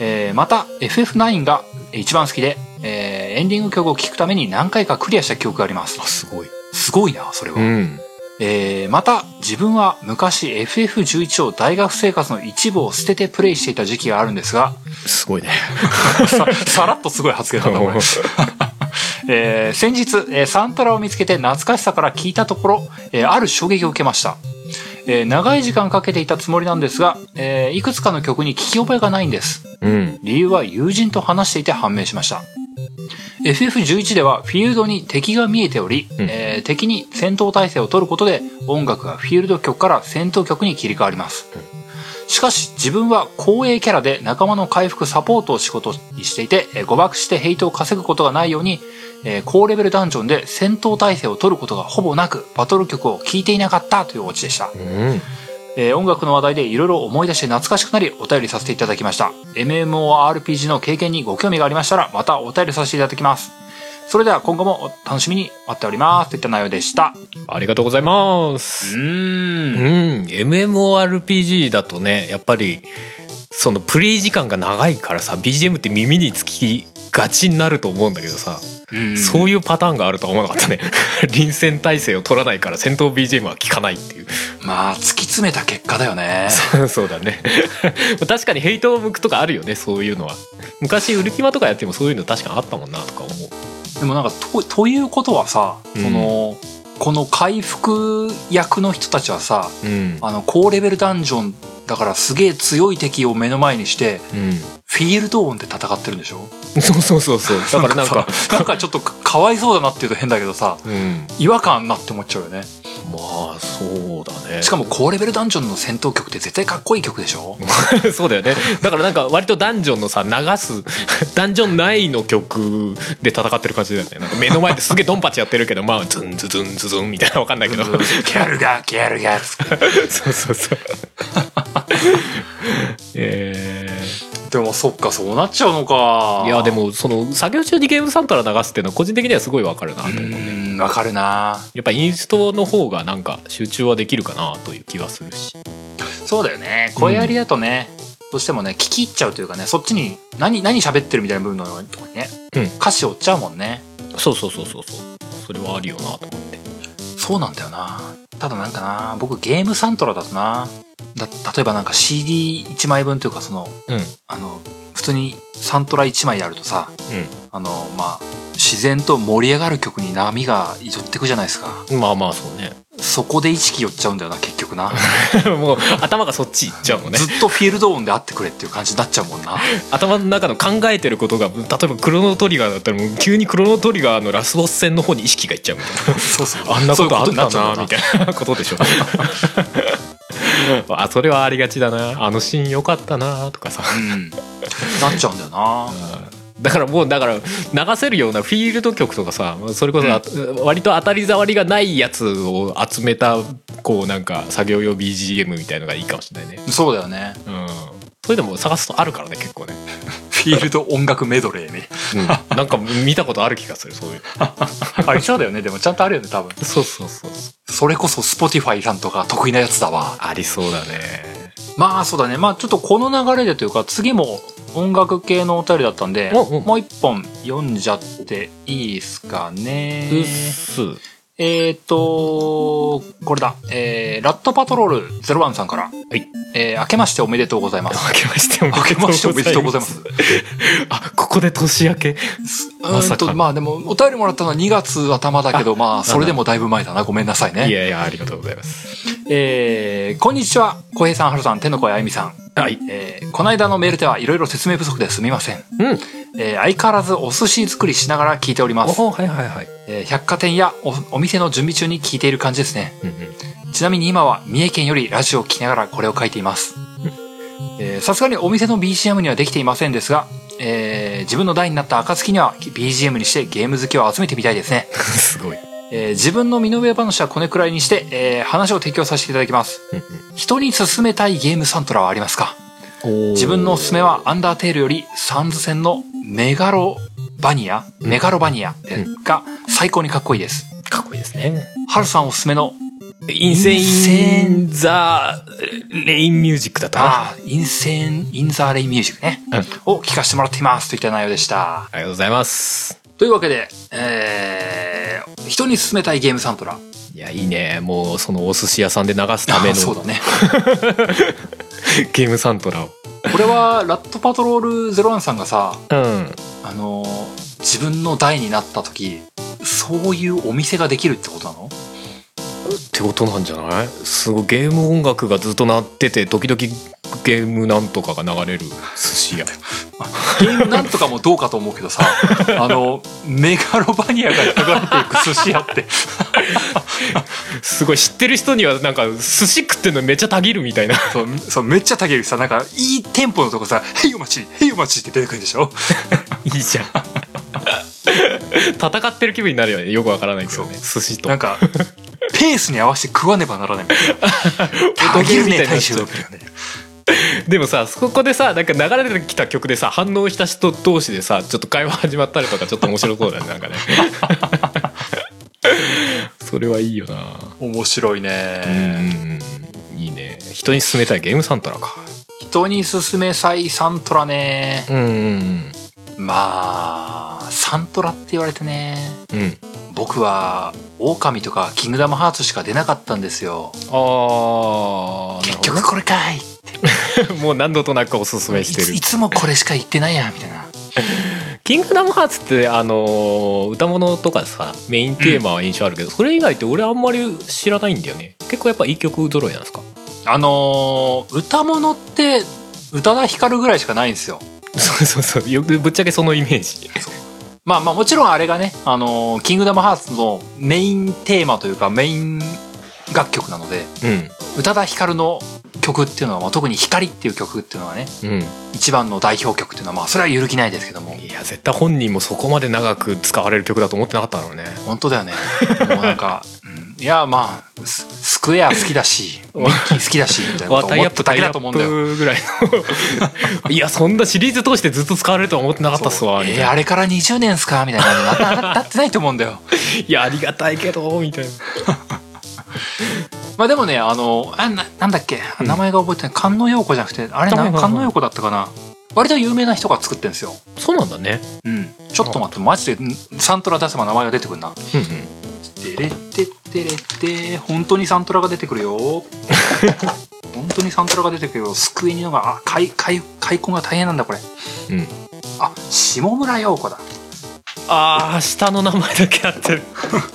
Speaker 1: えーまた FF9 が一番好きで、えーエンディング曲を聴くために何回かクリアした記憶があります
Speaker 2: あ。すごい
Speaker 1: すごいな、それは。
Speaker 2: うん
Speaker 1: えーまた自分は昔 FF11 を大学生活の一部を捨ててプレイしていた時期があるんです が、
Speaker 2: すごいね
Speaker 1: ささらっとすごい発言だったこれ えー先日、えーサントラを見つけて懐かしさから聞いたところ、えーある衝撃を受けました、えー長い時間かけていたつもりなんですが、えーいくつかの曲に聞き覚えがないんです
Speaker 2: うん
Speaker 1: 理由は友人と話していて判明しました FF11 ではフィールドに敵が見えており、
Speaker 2: うん
Speaker 1: えー敵に戦闘態勢を取ることで音楽がフィールド曲から戦闘曲に切り替わりますしかし自分は後衛キャラで仲間の回復サポートを仕事にしていて、えー誤爆してヘイトを稼ぐことがないように、えー高レベルダンジョンで戦闘態勢を取ることがほぼなく、バトル曲を聴いていなかったというオチでした。
Speaker 2: うん
Speaker 1: えー音楽の話題でいろいろ思い出して懐かしくなりお便りさせていただきました。MMORPG の経験にご興味がありましたら、またお便りさせていただきます。それでは今後もお楽しみに待っております。といった内容でした。
Speaker 2: ありがとうございます
Speaker 1: うー。
Speaker 2: うんん、MMORPG だとねやっぱりそのプレイ時間が長いからさ BGM って耳につきがちになると思うんだけどさ、
Speaker 1: うん
Speaker 2: そういうパターンがあるとは思わなかった ね臨戦態勢を取らないから戦闘 BGM は効かないっていう
Speaker 1: まあ、突き詰めた結果だよね。
Speaker 2: そうだね確かにヘイトを向くとかあるよねそういうのは昔ウルキマとかやってもそういうの確かにあったもんなとか思う
Speaker 1: でもなんかとということはさ、
Speaker 2: うん
Speaker 1: そのこの回復役の人たちはさ
Speaker 2: うん、
Speaker 1: あの高レベルダンジョンだからすげえ強い敵を目の前にして
Speaker 2: う
Speaker 1: フィールド音で戦ってるんでしょ
Speaker 2: ん、そうそうそうそうだから なんか
Speaker 1: さなんかちょっとかかわいそうだなっていうと変だけどさ
Speaker 2: うん
Speaker 1: 違和感なって思っちゃうよね
Speaker 2: まあそうだね
Speaker 1: しかも高レベルダンジョンの戦闘曲って絶対かっこいい曲でし ょ
Speaker 2: そうだよねだからなんか割とダンジョンのさ流す ダンジョン内の曲で戦ってる感じだよねなんか目の前ですげえドンパチやってるけどまあズンズズンズズンみたいなわかんないけど
Speaker 1: ギャルがギャルがつって
Speaker 2: そうそうそう え
Speaker 1: でもそっかそうなっちゃうのか
Speaker 2: ーいやでもその作業中にゲームサントラ流すっていうのは個人的にはすごいわかるなと
Speaker 1: う
Speaker 2: 思う
Speaker 1: ーんわかるな
Speaker 2: やっぱインストの方がなんか集中はできるかなという気はするし
Speaker 1: そうだよね声ありだとね、どうしてもね聞き入っちゃうというかねそっちに何何喋ってるみたいな部分のとこにね、
Speaker 2: うん
Speaker 1: 歌詞追っちゃうもんね
Speaker 2: そうそうそうそうそうそれはあるよなと思って
Speaker 1: そうなんだよなただなんかな僕ゲームサントラだとなだ例えばなんか CD1 枚分というかその
Speaker 2: うん
Speaker 1: あの普通にサントラ1枚やるとさ
Speaker 2: う
Speaker 1: あの、まあ、自然と盛り上がる曲に波が寄ってくじゃないですか
Speaker 2: んまあまあそうね
Speaker 1: そこで意識寄っちゃうんだよな結局な、
Speaker 2: もう頭がそっち行っちゃうのね
Speaker 1: ずっとフィールド音であってくれっていう感じになっちゃうもんな
Speaker 2: 頭の中の考えてることが例えばクロノトリガーだったらもう急にクロノトリガーのラスボス戦の方に意識がいっちゃうみたいな
Speaker 1: そうそう
Speaker 2: あんな
Speaker 1: そ
Speaker 2: こ
Speaker 1: ういう
Speaker 2: とあっ
Speaker 1: になっちゃ
Speaker 2: た
Speaker 1: うんだ
Speaker 2: なみたいなことで しょあそれはありがちだなあのシーン良かったなとかさ
Speaker 1: うんなっちゃうんだよな
Speaker 2: だからもうだから流せるようなフィールド曲とかさそれこそあ、割と当たり障りがないやつを集めたこうなんか作業用 BGM みたいのがいいかもしれないね
Speaker 1: そうだよね
Speaker 2: うんそれでも探すとあるからね結構ね、
Speaker 1: フィールド音楽メドレーね
Speaker 2: うん、 なんか見たことある気がするそういう
Speaker 1: ありそうだよねでもちゃんとあるよね多分
Speaker 2: そうそうそう
Speaker 1: それこそ Spotify さんとか得意なやつだわ
Speaker 2: ありそうだね
Speaker 1: まあそうだねまあちょっとこの流れでというか次も音楽系のお便りだったんで
Speaker 2: おお
Speaker 1: もう一本読んじゃっていいですかね
Speaker 2: うっす
Speaker 1: えっ、とこれだえー、ラットパトロールゼロワンさんから
Speaker 2: はい
Speaker 1: えー、明けましておめでとうございます
Speaker 2: 明けまして お
Speaker 1: 明けましておめでとうございますす
Speaker 2: あここで年明け
Speaker 1: う
Speaker 2: ま
Speaker 1: ー
Speaker 2: さ
Speaker 1: んと
Speaker 2: か
Speaker 1: まあでもお便りもらったのは2月頭だけどまあそれでもだいぶ前だなごめんなさいね
Speaker 2: いやいやありがとうございます
Speaker 1: えー、こんにちは小平さん春さん天の声あゆみさん
Speaker 2: はい
Speaker 1: えーこの間のメールではいろいろ説明不足ですみません、
Speaker 2: うん
Speaker 1: えー相変わらずお寿司作りしながら聞いております、
Speaker 2: おはいはいはい、
Speaker 1: えー百貨店やおお店の準備中に聞いている感じですね
Speaker 2: うんうん
Speaker 1: ちなみに今は三重県よりラジオを聞きながらこれを書いていますえーさすがにお店の BGM にはできていませんですが、えー自分の代になった暁には BGM にしてゲーム好きを集めてみたいですね、
Speaker 2: すごい、
Speaker 1: えー自分の身の上話はこれくらいにして、えー話を提供させていただきます
Speaker 2: うん
Speaker 1: 人に勧めたいゲームサントラはありますか
Speaker 2: うん、
Speaker 1: 自分のおすすめは、アンダーテールよりサンズ戦のメガロバニア、
Speaker 2: うん
Speaker 1: メガロバニアえ
Speaker 2: う
Speaker 1: が最高にかっこいいです。
Speaker 2: かっこいいですね
Speaker 1: ハルさんおすすめの、
Speaker 2: インセイン・ザ・レイン・ミュージックだったかな
Speaker 1: ああ、インセン、インザーレイミュージックね、を聞かせてもらっていますといった内容でした。
Speaker 2: ありがとうございます
Speaker 1: というわけで、えー、人に勧めたいゲームサントラ。
Speaker 2: いやいいねもうそのお寿司屋さんで流すた
Speaker 1: あ
Speaker 2: め
Speaker 1: ーそうだ
Speaker 2: の
Speaker 1: ね。
Speaker 2: ゲームサントラを
Speaker 1: これは、ラットパトロールゼロワンさんがさ、
Speaker 2: うん
Speaker 1: あのー自分の代になった時、そういうお店ができるってことなの
Speaker 2: ってことなんじゃないすごいゲーム音楽がずっと鳴ってて時々ゲームなんとかが流れる寿司屋
Speaker 1: ゲームなんとかもどうかと思うけど さあのメガロバニアが流れていく寿司屋 って
Speaker 2: すごい知ってる人にはなんか寿司食ってんのめっちゃたぎるみたいな
Speaker 1: そうそうめっちゃたけるしさなんかいいテンポのとこさ「へいお待ちへいお待ち」って出てくるんでしょ
Speaker 2: いいじゃん戦ってる気分になるよねよくわからないけどね寿司と
Speaker 1: なんかペースに合わせて食わねばならないみたい なたぎるね大衆だけどね
Speaker 2: でもさそこでさなんか流れてきた曲でさ反応した人同士でさちょっと会話始まったりとかちょっと面白そうだねなんかね それはいいよな
Speaker 1: 面白いね
Speaker 2: うんいいね人に勧めたいゲームサントラか
Speaker 1: 人に勧めさいサントラね
Speaker 2: うんうん
Speaker 1: まあサントラって言われてね
Speaker 2: うんうん
Speaker 1: 僕は狼とかキングダムハーツしか出なかったんですよ
Speaker 2: あーな
Speaker 1: 結局これかい
Speaker 2: るほどもう何度となくおすすめして
Speaker 1: いつい
Speaker 2: る
Speaker 1: つもこれしか言ってないやみたいな
Speaker 2: キングダムハーツってあのー歌物とかさメインテーマは印象あるけど、それ以外って俺あんまり知らないんだよね結構やっぱいい曲揃いなんですか
Speaker 1: あのー歌物って宇多田ヒカルぐらいしかないんですよ
Speaker 2: そうそうそうよくぶっちゃけそのイメージ
Speaker 1: まあまあもちろんあれがね「あのーキングダムハーツ」のメインテーマというかメイン楽曲なので
Speaker 2: う
Speaker 1: 宇多田ヒカルの曲っていうのは、まあ、特に「光」っていう曲っていうのはね
Speaker 2: んうん
Speaker 1: 一番の代表曲っていうのはまあそれは揺るぎないですけども
Speaker 2: いや絶対本人もそこまで長く使われる曲だと思ってなかっただろうね
Speaker 1: 本当だよねもうなん か、うんいやまあススクエア好きだしミッキー好きだしみたいなこと
Speaker 2: タイ
Speaker 1: 思
Speaker 2: ア
Speaker 1: っ
Speaker 2: ップ
Speaker 1: ただ
Speaker 2: タ
Speaker 1: け
Speaker 2: イア
Speaker 1: だと思う
Speaker 2: ッ
Speaker 1: んだよ
Speaker 2: プぐらいの いやそんなシリーズ通してずっと使われるとは思ってなかったっすわみたい
Speaker 1: えー
Speaker 2: な、
Speaker 1: あれから20年っすかみたいな ななななってないと思うんだよ
Speaker 2: いやありがたいけどみたいな
Speaker 1: まあでもねあのあななんだっけ
Speaker 2: ん
Speaker 1: 名前が覚えてない観音陽子じゃなくてあれ
Speaker 2: はい
Speaker 1: な
Speaker 2: はいはい
Speaker 1: 観音陽子だったかな割と有名な人が作ってんですよ
Speaker 2: そうなんだね
Speaker 1: うんちょっと待ってマジでんサントラ出せば名前が出てくるな
Speaker 2: うんうん
Speaker 1: 「てれってってれって本当にサントラが出てくるよ」本本当にサントラが出てくるけど救いにのがあ開開開墾が大変なんだこれ
Speaker 2: うん
Speaker 1: あ下村陽子だ
Speaker 2: ああ下の名前だけあ ってる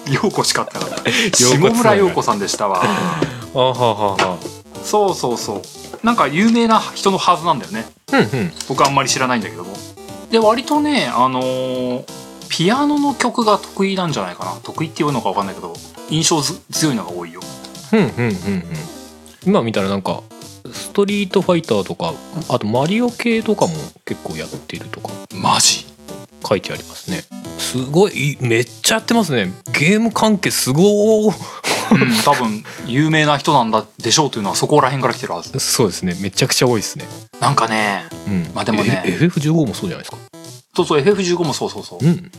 Speaker 1: 陽子しかあったから
Speaker 2: そ
Speaker 1: 下
Speaker 2: うね
Speaker 1: 村陽子さんでしたわ
Speaker 2: あははは
Speaker 1: そうそうそうなんか有名な人のはずなんだよね
Speaker 2: うんうん
Speaker 1: 僕あんまり知らないんだけどもで割とねあのーピアノの曲が得意なんじゃないかな得意っていうのか分かんないけど印象づ強いのが多いよ
Speaker 2: うんうんうんうん今見たらなんかストリートファイターとかあとマリオ系とかも結構やってるとか
Speaker 1: マジ
Speaker 2: 書いてありますねすごいいめっちゃやってますねゲーム関係すごー
Speaker 1: うん多分有名な人なんだでしょうというのはそこら辺から来てるはず
Speaker 2: そうですねめちゃくちゃ多いですね
Speaker 1: なんかね
Speaker 2: うん
Speaker 1: まあでもね
Speaker 2: え FF15 もそうじゃないですか
Speaker 1: そうそう FF15 もそうそうそうで
Speaker 2: ん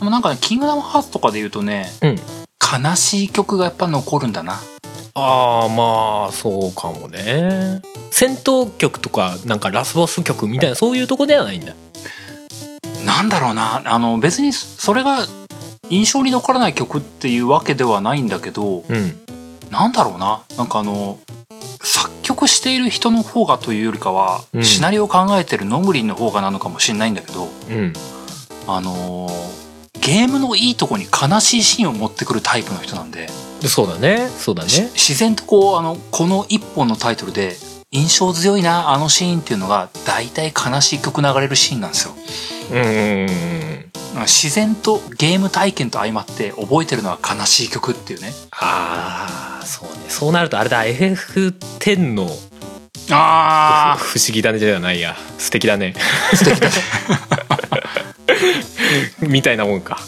Speaker 1: もなんかね「キングダムハーツ」とかで言うとね
Speaker 2: うん
Speaker 1: 悲しい曲がやっぱ残るんだな
Speaker 2: ああまあそうかもね戦闘曲とかなんかラスボス曲みたいなそういうとこではないんだ
Speaker 1: なんだろうなあの別にそれが印象に残らない曲っていうわけではないんだけど
Speaker 2: うん
Speaker 1: なんだろうななんかあの作曲している人の方がというよりかは、
Speaker 2: うん
Speaker 1: シナリオを考えてるノムリンの方がなのかもしれないんだけど
Speaker 2: うん
Speaker 1: あのーゲームのいいとこに悲しいシーンを持ってくるタイプの人なんで、
Speaker 2: そうだねそうだ
Speaker 1: し
Speaker 2: ね
Speaker 1: 自然とこうあのこの一本のタイトルで印象強いなあのシーンっていうのが大体悲しい曲流れるシーンなんですよ
Speaker 2: うんうんうんうん
Speaker 1: 自然とゲーム体験と相まって覚えてるのは悲しい曲っていうね
Speaker 2: ああそうねそうなるとあれだ FF10 の
Speaker 1: あ
Speaker 2: 不思議だねじゃないや素敵だね
Speaker 1: あ素敵だね
Speaker 2: みたいなもんか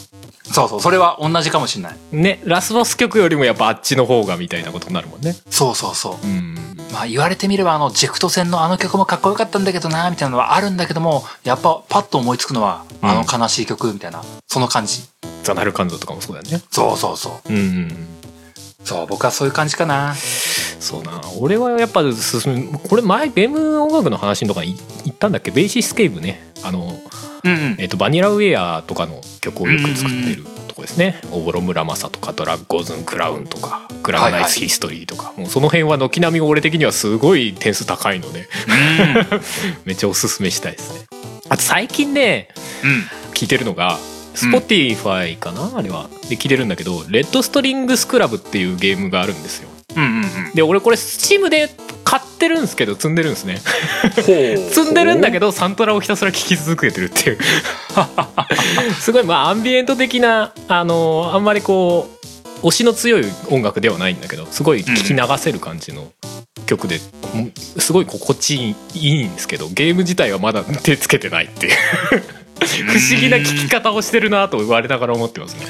Speaker 1: そうそうそれは同じかもしれない
Speaker 2: ねラスボス曲よりもやっぱあっちの方がみたいなことになるもんね
Speaker 1: そうそうそう
Speaker 2: うん
Speaker 1: まあ言われてみればあのジェクト戦のあの曲もかっこよかったんだけどなみたいなのはあるんだけどもやっぱパッと思いつくのは
Speaker 2: うん
Speaker 1: あの悲しい曲みたいな、その感じ
Speaker 2: ザナルカンドとかもそうだよね
Speaker 1: そうそうそ
Speaker 2: うんうんうん
Speaker 1: うそう僕はそういう感じかな
Speaker 2: そうな俺はやっぱ進むこれ前ゲーム音楽の話のとかに言ったんだっけベーシスケーブねあの、
Speaker 1: うんうん
Speaker 2: えっとバニラウェアとかの曲をよく作ってるとこですね「オボロムラマサ」とか「ドラッゴーズン・クラウン」とか「グランナイス・ヒストリー」とか、もうその辺は軒並み俺的にはすごい点数高いのでめっちゃおすすめしたいですねあと最近ね聞いてるのが Spotify かな、あれはで聞いてるんだけど「レッドストリングスクラブ」っていうゲームがあるんですよ
Speaker 1: うんうんうんうん
Speaker 2: で俺これ Steam で買ってるんですけど積んでるんですね
Speaker 1: ほ
Speaker 2: 積んでるんだけどサントラをひたすら聴き続けてるっていう すごいまあアンビエント的なあのあんまりこう推しの強い音楽ではないんだけどすごい聴き流せる感じの曲で、うんすごい心地いいんですけどゲーム自体はまだ手つけてないっていう不思議な聴き方をしてるなと言われながら思ってますね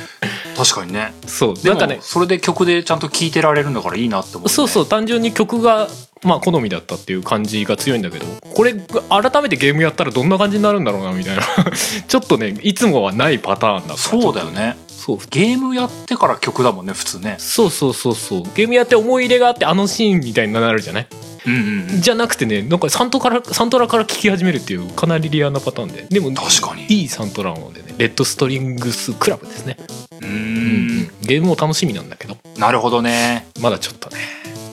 Speaker 1: 確かにね
Speaker 2: そう
Speaker 1: で
Speaker 2: なん
Speaker 1: も
Speaker 2: かね
Speaker 1: それで曲でちゃんと聴いてられるんだからいいなって思う、ね、
Speaker 2: そうそう単純に曲がまあ好みだったっていう感じが強いんだけどこれ改めてゲームやったらどんな感じになるんだろうなみたいな ちょっとねいつもはないパターンだから
Speaker 1: そうだよね
Speaker 2: そう
Speaker 1: ゲームやってから曲だもんね普通ね
Speaker 2: そうそうそうそうゲームやって思い入れがあってあのシーンみたいになるじゃない
Speaker 1: うんうんうん
Speaker 2: じゃなくてねなんかサントからサントラから聴き始めるっていうかなりリアなパターンででも
Speaker 1: 確かに
Speaker 2: いいサントラなのでねレッドストリングスクラブですね
Speaker 1: う
Speaker 2: う
Speaker 1: ーん
Speaker 2: ゲームも楽しみなんだけど
Speaker 1: なるほどね
Speaker 2: まだちょっとね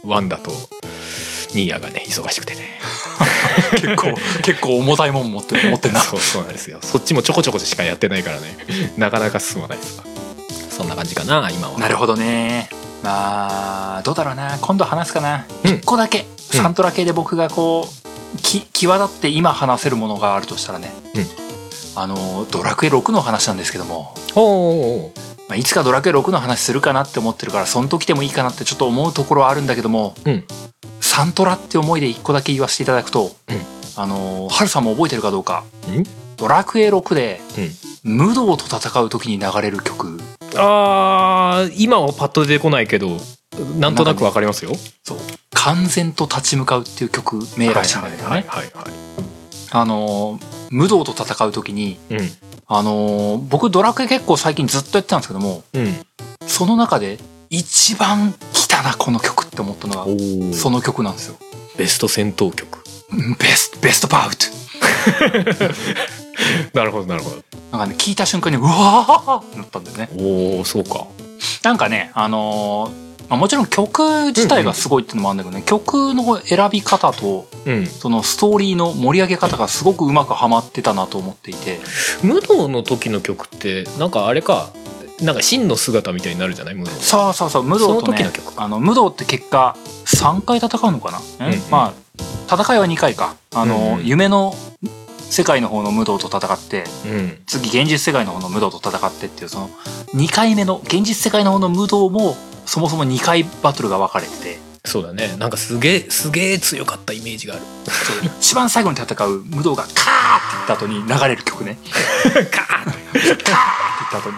Speaker 2: ワンダとニーヤがね忙しくてね
Speaker 1: 結 構結構重たいもん持って持ってんな
Speaker 2: そうそうなんですよそっちもちょこちょこしかやってないからね なかなか進まないですわそんな感じかな今は
Speaker 1: なるほどねまあどうだろうな今度話すかな、
Speaker 2: うん
Speaker 1: 1個だけサントラ系で僕がこうき際立って今話せるものがあるとしたらね、
Speaker 2: うん
Speaker 1: あのドラクエ6の話なんですけども、
Speaker 2: おーおーおー
Speaker 1: まあ、いつかドラクエ6の話するかなって思ってるからその時でもいいかなってちょっと思うところはあるんだけども、
Speaker 2: うん
Speaker 1: サントラって思いで1個だけ言わせていただくと、
Speaker 2: うん
Speaker 1: あのハルさんも覚えてるかどうか
Speaker 2: ん
Speaker 1: ドラクエ6で無道と戦う時に流れる曲
Speaker 2: あー今はパッと出てこないけどなんとなくわかりますよ
Speaker 1: そう完全と立ち向かうっていう曲名らしいんだけど
Speaker 2: はい
Speaker 1: ね
Speaker 2: はいはい
Speaker 1: あのー無道と戦う時に
Speaker 2: はいはい
Speaker 1: あのー僕ドラクエ結構最近ずっとやってたんですけども
Speaker 2: うん
Speaker 1: その中で一番来たなこの曲って思ったのが
Speaker 2: うんおお
Speaker 1: その曲なんですよ
Speaker 2: ベスト戦闘曲
Speaker 1: うんベストベストバウト
Speaker 2: なるほどなるほど
Speaker 1: なんかね聞いた瞬間にうわーってなったんだよね
Speaker 2: おおそうか
Speaker 1: なんかねあのーまあ、もちろん曲自体がすごいっていうのもあるんだけどね、曲の選び方と
Speaker 2: うん
Speaker 1: そのストーリーの盛り上げ方がすごくうまくはまってたなと思っていて
Speaker 2: 武道の時の曲ってなんかあれかなんか真の姿みたいになるじゃない武道
Speaker 1: そうそうそう武道とね
Speaker 2: その時の曲
Speaker 1: あの武道って結果3回戦うのかな、え
Speaker 2: うんうん
Speaker 1: まあ戦いは2回かあの、
Speaker 2: うんうん
Speaker 1: 夢の世界の方の武道と戦って
Speaker 2: うん
Speaker 1: 次現実世界の方の武道と戦ってっていうその2回目の現実世界の方の武道もそもそも2回バトルが分かれてて
Speaker 2: そうだねなんかすげえすげえ強かったイメージがある
Speaker 1: 一番最後に戦う武道がカーって言った後に流れる曲ね
Speaker 2: カー
Speaker 1: カーって言った後に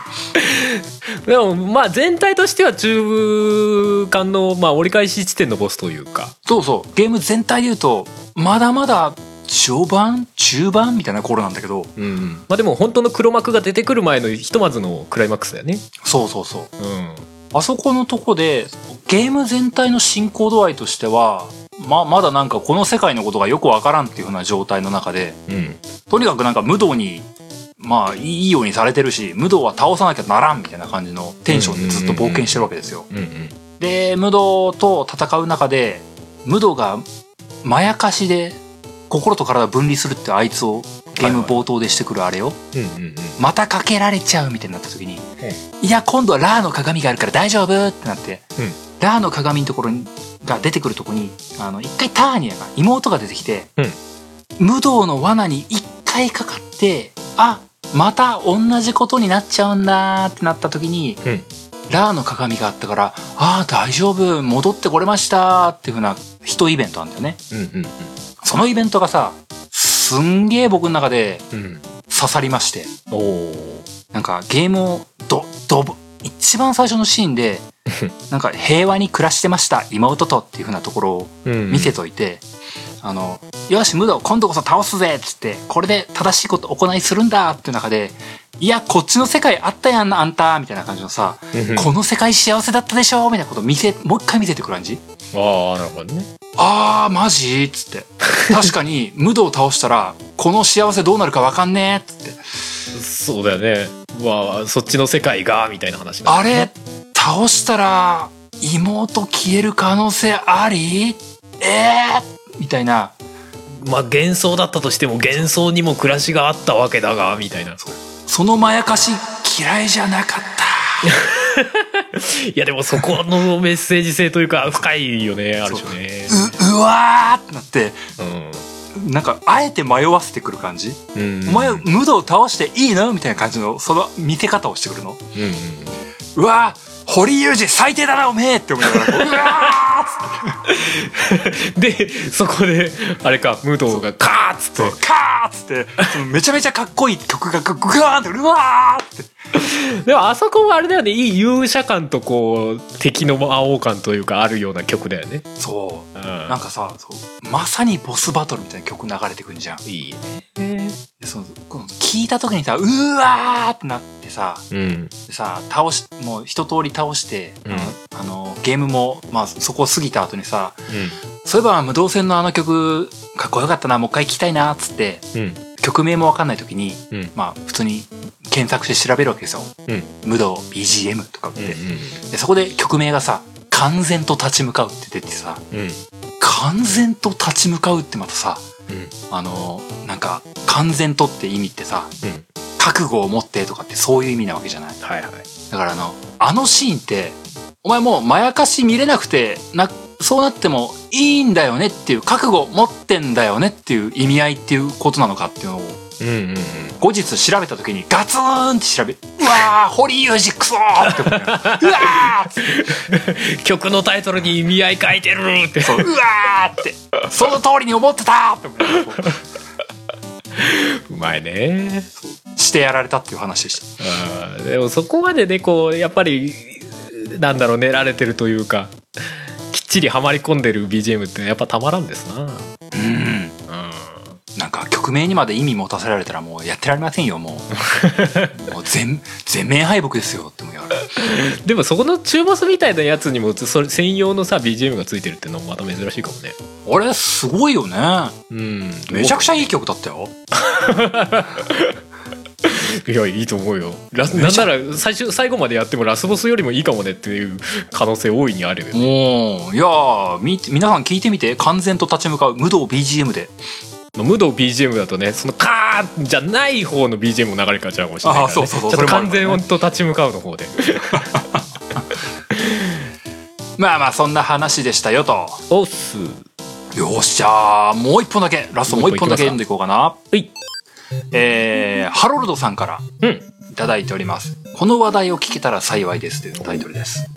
Speaker 2: ッでもまあ全体としては中間の、まあ、折り返し地点のボスというか
Speaker 1: そうそうゲーム全体で言うとまだまだ序盤中盤みたいな頃なんだけど
Speaker 2: うんまあでも本当の黒幕が出てくる前のひとまずのクライマックスだよね
Speaker 1: そうそうそう
Speaker 2: うん
Speaker 1: あそこのとこでゲーム全体の進行度合いとしてはままだなんかこの世界のことがよくわからんっていうような状態の中で
Speaker 2: うん
Speaker 1: とにかくなんか武道にまあいいようにされてるし武道は倒さなきゃならんみたいな感じのテンションでずっと冒険してるわけですよ。
Speaker 2: うんうん
Speaker 1: で武道と戦う中で武道がまやかしで心と体を分離するってあいつをゲーム冒頭でしてくるあれを、
Speaker 2: うんうん
Speaker 1: またかけられちゃうみたいになった時に
Speaker 2: え
Speaker 1: 「いや今度はラーの鏡があるから大丈夫!」ってなって、
Speaker 2: うん
Speaker 1: ラーの鏡のところにが出てくるとこにあの一回ターニアが妹が出てきて、
Speaker 2: うん
Speaker 1: 武道の罠に一回かかってあまた同じことになっちゃうんだってなった時に、
Speaker 2: うん
Speaker 1: ラーの鏡があったから「ああ大丈夫戻ってこれました」っていうふうな人イベントなんだよね。
Speaker 2: うんうん
Speaker 1: そのイベントがさすんげえ僕の中で
Speaker 2: うんうん
Speaker 1: 刺さりまして。
Speaker 2: おお
Speaker 1: なんかゲームをどどぼ一番最初のシーンでなんか平和に暮らしてました妹とっていう風なところを見せといて、あのよしムド今度こそ倒すぜっつってこれで正しいこと行いするんだっていう中でいやこっちの世界あったやんあんたみたいな感じのさ、この世界幸せだったでしょみたいなことを見せもう一回見せてくる感じ
Speaker 2: ああなるほどね
Speaker 1: あーマジっつって確かに ムドを倒したらこの幸せどうなるかわかんねえっつって
Speaker 2: そうだよねわあそっちの世界がみたいな話
Speaker 1: あれ倒したら妹消える可能性ありえー、みたいな
Speaker 2: まあ幻想だったとしても幻想にも暮らしがあったわけだがみたいな
Speaker 1: そのまやかし嫌いじゃなかった
Speaker 2: いやでもそこのメッセージ性というか深いよねある種ね
Speaker 1: ううわーってなって
Speaker 2: うん
Speaker 1: なんかあえて迷わせてくる感じ、
Speaker 2: うん
Speaker 1: お前無道倒していいのみたいな感じのその見せ方をしてくるの
Speaker 2: うんうん
Speaker 1: うわー堀裕二最低だなおめえって思いながらうわーっつって
Speaker 2: でそこであれか武藤がカーッつって
Speaker 1: カーッつ ってそのめちゃめちゃかっこいい曲がグワーンってうわーって
Speaker 2: でもあそこはあれだよねいい勇者感とこう敵の魔王感というかあるような曲だよね、
Speaker 1: そう
Speaker 2: うん、
Speaker 1: なんかさそうまさにボスバトルみたいな曲流れてくるじゃん
Speaker 2: いいね
Speaker 1: でそのこの聞いた時にさうーわーってなってさ
Speaker 2: うん
Speaker 1: でさ倒しもう一通り倒して、
Speaker 2: うん
Speaker 1: あのゲームも、まあ、そこを過ぎた後にさそういえば無動線のあの曲かっこよかったなもう一回聴きたいなっつって
Speaker 2: うんうん
Speaker 1: 曲名もわかんない時に、
Speaker 2: うん
Speaker 1: まあ普通に検索して調べるわけですよ
Speaker 2: うん
Speaker 1: 「無動 BGM」とかって、
Speaker 2: う
Speaker 1: でそこで曲名がさ「完全と立ち向かう」って出てさ
Speaker 2: んうん
Speaker 1: 「完全と立ち向かう」ってまたさ
Speaker 2: うん
Speaker 1: あのなんか完全とって意味ってさ
Speaker 2: うん
Speaker 1: 覚悟を持ってとかってそういう意味なわけじゃない
Speaker 2: はいはい
Speaker 1: だからあのあのシーンってお前もうまやかし見れなくてなそうなってもいいんだよねっていう覚悟を持ってんだよねっていう意味合いっていうことなのかっていうのを
Speaker 2: うんうんうん
Speaker 1: 後日調べた時にガツンって調べうわー堀裕二クソーって思うようわーって
Speaker 2: 曲のタイトルに意味合い書いてるって
Speaker 1: そううわーってその通りに思ってたって思うよこ
Speaker 2: うまいね
Speaker 1: うしてやられたっていう話でした
Speaker 2: あーでもそこまでねこうやっぱりなんだろう練られてるというかきっちりはまり込んでる BGM ってやっぱたまらんですな
Speaker 1: うん
Speaker 2: う
Speaker 1: なんか曲名にまで意味持たせられたらもうやってられませんよも うもう全全面敗北ですよって思いながら
Speaker 2: んでもそこの中ボスみたいなやつにもそれ専用のさ BGM がついてるってのもまた珍しいかもね
Speaker 1: あれすごいよね
Speaker 2: うん
Speaker 1: めちゃく
Speaker 2: ち
Speaker 1: ちゃいい曲だったよ
Speaker 2: いやいいと思うよラなんなら最初最後までやってもラスボスよりもいいかもねっていう可能性大いにあるよ
Speaker 1: おおいやーみ皆さん聞いてみて完全と立ち向かう無道 BGM で
Speaker 2: 無道 BGM だとねそのカーじゃない方の BGM も流れかちゃうかもしれないから、ね、
Speaker 1: あーそうそうそう
Speaker 2: ちょっ
Speaker 1: それ
Speaker 2: と
Speaker 1: もある
Speaker 2: 完全音と立ち向かうの方で
Speaker 1: まあまあそんな話でしたよと
Speaker 2: おっす
Speaker 1: よっしゃーもう一本だけラストもう一本だけ読んでいこうかな
Speaker 2: はい
Speaker 1: えー、ハロルドさんから
Speaker 2: うん
Speaker 1: いただいております。この話題を聞けたら幸いですというタイトルです。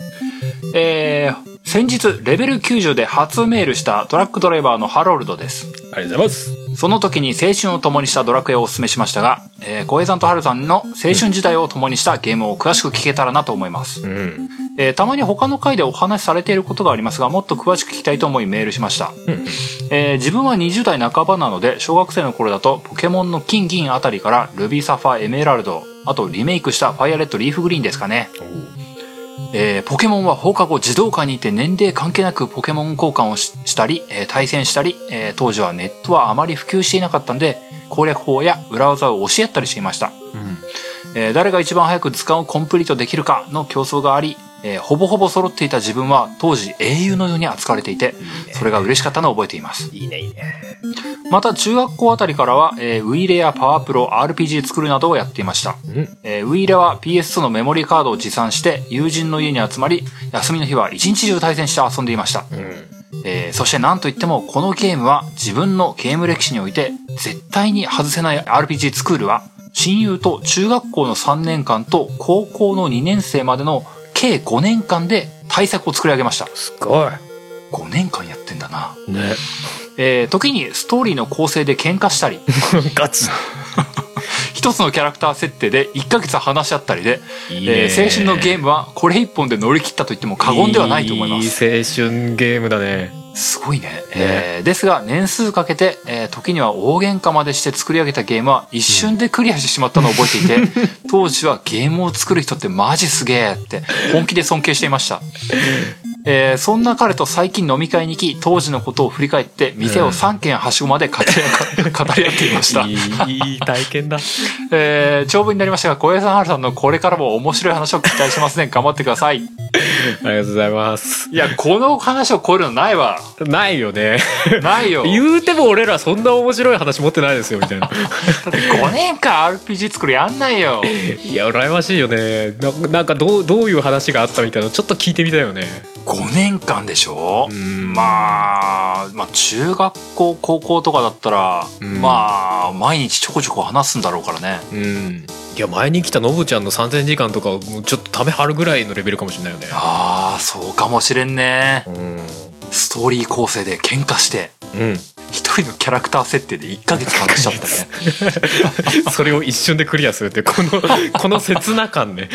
Speaker 1: えー、先日レベル90で初メールしたトラックドライバーのハロルドです。
Speaker 2: ありがとうございます
Speaker 1: その時に青春を共にしたドラクエをお勧めしましたが、えー、小平さんとハルさんの青春時代を共にしたゲームを詳しく聞けたらなと思います。
Speaker 2: うん
Speaker 1: えーたまに他の回でお話しされていることがありますが、もっと詳しく聞きたいと思いメールしました。
Speaker 2: うん
Speaker 1: えー自分は20代半ばなので小学生の頃だとポケモンの金銀あたりからルビーサファーエメラルドあとリメイクしたファイアレッドリーフグリーンですかね、えーポケモンは放課後児童館にて年齢関係なくポケモン交換をししたり、えー対戦したり、えー当時はネットはあまり普及していなかったんで攻略法や裏技を教え合ったりしていました、えー誰が一番早く図鑑をコンプリートできるかの競争があり、えーほぼほぼ揃っていた自分は当時英雄のように扱われていてそれが嬉しかったのを覚えています
Speaker 2: いいねいいね
Speaker 1: また中学校あたりからは、えーウイイレやパワープロ RPG 作るなどをやっていました、
Speaker 2: ん
Speaker 1: えーウイイレは PS2 のメモリーカードを持参して友人の家に集まり休みの日は一日中対戦して遊んでいました、えーそして何といってもこのゲームは自分のゲーム歴史において絶対に外せない RPG スクールは親友と中学校の3年間と高校の2年生までの計5年間で対策を作り上げました
Speaker 2: すご
Speaker 1: 5年間やってんだな、
Speaker 2: いね
Speaker 1: えー時にストーリーの構成で喧嘩したり
Speaker 2: ガチ
Speaker 1: 一つのキャラクター設定で1ヶ月話し合ったりで
Speaker 2: いいね
Speaker 1: えー青春のゲームはこれ一本で乗り切ったと言っても過言ではないと思います
Speaker 2: いい青春ゲームだね
Speaker 1: すごいね、えーですが年数かけて、えー時には大喧嘩までして作り上げたゲームは一瞬でクリアしてしまったのを覚えて いて、当時はゲームを作る人ってマジすげえって本気で尊敬していま したえーそんな彼と最近飲み会に行き当時のことを振り返って店を3軒はしごまで語り合 っ語り合っていました
Speaker 2: いいいい体 験だ
Speaker 1: えー長文になりましたが、小平さん、春さんのこれからも面白い話を期待してますね。頑張ってください。い
Speaker 2: ありがとうございます
Speaker 1: や、この話を超えるのないわ。
Speaker 2: ないよね
Speaker 1: ないよ。だ
Speaker 2: 言うても俺らそんな面白い話持ってないですよみたい な
Speaker 1: って5年間 RPG 作りやんないよ。
Speaker 2: いや羨ましいよねななんかどうどういう話があったみたいなのちょっと聞いてみたいよね
Speaker 1: 5年間でしょ
Speaker 2: うん
Speaker 1: まあ、まあ、中学校、高校とかだったら、
Speaker 2: うん
Speaker 1: まあ、毎日ちょこちょこ話すんだろうからね。
Speaker 2: うんいや前に来たのぶちゃんの3,000時間とかをもうちょっとため張るぐらいのレベルかもしれないよね
Speaker 1: ああ、そうかもしれんね
Speaker 2: う。ん
Speaker 1: ストーリー構成で喧嘩して、
Speaker 2: うん
Speaker 1: 一人のキャラクター設定で1ヶ月話しちゃったね。
Speaker 2: それを一瞬でクリアするってこの この切な感ね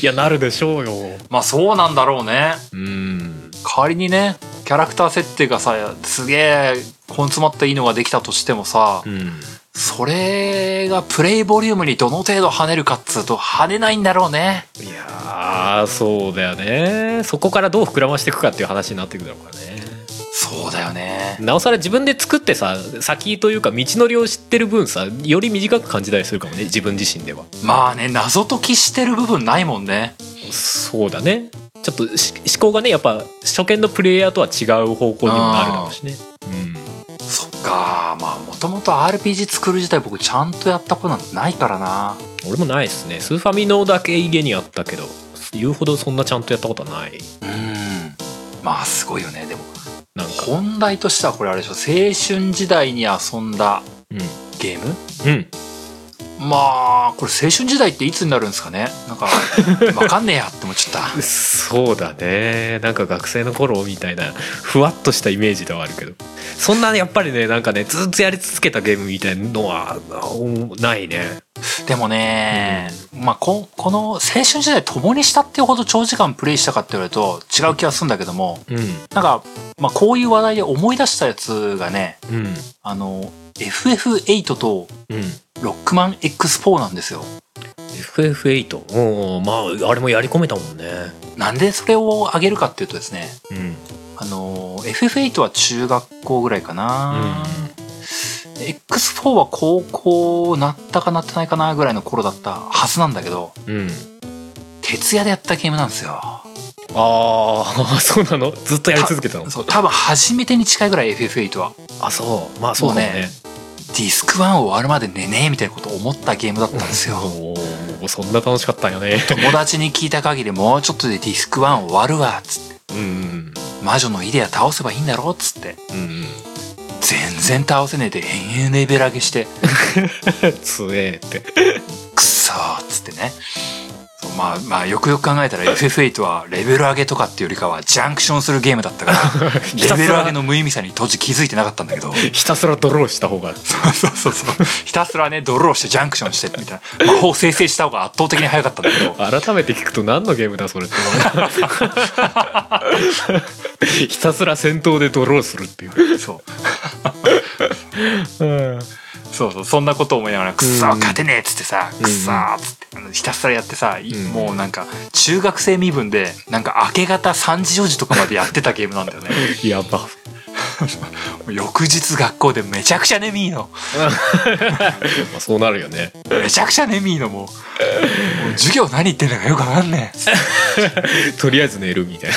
Speaker 2: いやなるでしょうよ
Speaker 1: まあ、そうなんだろうね。
Speaker 2: うん
Speaker 1: 代わりにねキャラクター設定がさすげえ根詰まったいいのができたとしてもさ、
Speaker 2: うん
Speaker 1: それがプレイボリュームにどの程度跳ねるかっつうと跳ねないんだろうね
Speaker 2: いやーそうだよねそこからどう膨らましていくかっていう話になっていくだろうからね
Speaker 1: そうだよね
Speaker 2: なおさら自分で作ってさ先というか道のりを知ってる分さより短く感じたりするかもね自分自身では
Speaker 1: まあね謎解きしてる部分ないもんね
Speaker 2: そうだねちょっとし思考がねやっぱ初見のプレイヤーとは違う方向にもなるだろうしね
Speaker 1: そっかまあもともと RPG 作る自体僕ちゃんとやったことなんてないからな
Speaker 2: うん俺もないですねスーファミのだけ家にあったけど言うほどそんなちゃんとやったことはない
Speaker 1: うんまあすごいよねでも
Speaker 2: なんか
Speaker 1: 本題としてはこれあれでしょ青春時代に遊んだ
Speaker 2: うん
Speaker 1: ゲーム
Speaker 2: うん
Speaker 1: まあこれ青春時代っていつになるんですかねなんかわかんねえやって思っちゃっ
Speaker 2: そうだねなんか学生の頃みたいなふわっとしたイメージではあるけどそんなねやっぱりねなんかねずっとやり続けたゲームみたいのはあおないね
Speaker 1: たでもね、まあここの青春時代共にしたっていうほど長時間プレイしたかって言われると違う気がするんだけども
Speaker 2: うん
Speaker 1: なんか、まあ、こういう話題で思い出したやつがね
Speaker 2: うん
Speaker 1: あの FF8 と
Speaker 2: うん
Speaker 1: ロックマン X4 なんですよ
Speaker 2: FF8 おーまああれもやり込めたもんね
Speaker 1: なんでそれをあげるかっていうとですね
Speaker 2: うん
Speaker 1: あの FF8 は中学校ぐらいかな、 X4 は高校なったかなってないかなぐらいの頃だったはずなんだけど
Speaker 2: うん
Speaker 1: 徹夜でやったゲームなんですよ
Speaker 2: ああ そうなのずっとやり続けたの
Speaker 1: そう多分初めてに近いぐらい FF8 は
Speaker 2: あそうまあそうだ
Speaker 1: もうね
Speaker 2: ね
Speaker 1: ディスク1を終わるまで寝ねえみたいなことを思ったゲームだったんですよ
Speaker 2: おーもうそんな楽しかったんよね
Speaker 1: 友達に聞いた限りもうちょっとでディスク1終わるわっつって
Speaker 2: うん
Speaker 1: 魔女のイデア倒せばいいんだろっつって
Speaker 2: うんうん
Speaker 1: 全然倒せねえで延々レベル上げして
Speaker 2: つえーって
Speaker 1: くっそーっつってねそうまあまあよくよく考え たら FF8 はレベル上げとかっていうよりかはジャンクションするゲームだったから
Speaker 2: ひた
Speaker 1: レ
Speaker 2: す
Speaker 1: ベル上
Speaker 2: ら
Speaker 1: げの無意味さに当時気づいてなかったんだ けど
Speaker 2: ひたすらドローした方が
Speaker 1: そうそうそうひたすらねドローしてジャンクションしてみたいな魔法生成した方が圧倒的に早かったんだけど
Speaker 2: 改めて聞くと何のゲームだそれって ひたすら戦闘でドローするっていう、
Speaker 1: そう
Speaker 2: うん、
Speaker 1: そうそうそんなことを思いながら「くっそ
Speaker 2: うん
Speaker 1: 勝てねえ」っつってさ「くっそ」っつってあのひたすらやってさ、い
Speaker 2: うん
Speaker 1: もうなんか中学生身分でなんか明け方3時4時とかまでやってたゲームなんだよね
Speaker 2: やば
Speaker 1: もう翌日学校でめちゃくちゃ眠いの
Speaker 2: まあそうなるよね
Speaker 1: めちゃくちゃ眠いのもうもう授業何言ってんだかよくわかんねえ
Speaker 2: とりあえず寝るみたい な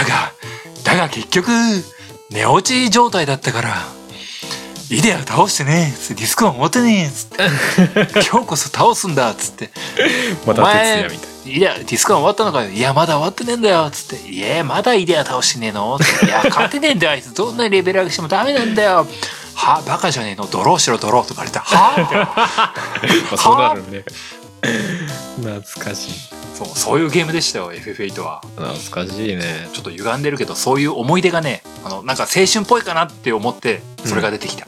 Speaker 1: だがだが結局寝落ち状態だったからイデア倒してねえつってディスクは持ってねえつって 今日こそ倒すんだっつって
Speaker 2: ま
Speaker 1: お
Speaker 2: た
Speaker 1: 前
Speaker 2: 徹夜みたい
Speaker 1: いや、ディスカン終わったのかよ。いや、まだ終わってねえんだよ。つって。いや、まだイデア倒してねえの。いや、勝てねえんだよ。あいつ、どんなにレベル上げしてもダメなんだよ。は、バカじゃねえの。ドローしろ、ドローとか言われた。はみたいな
Speaker 2: な、まあ、そうなるよね懐かしい
Speaker 1: そう、そういうゲームでしたよ、FF8 は。
Speaker 2: 懐かしいね
Speaker 1: ちょっと歪んでるけど、そういう思い出がね、あの、なんか青春っぽいかなって思って、それが出てきた。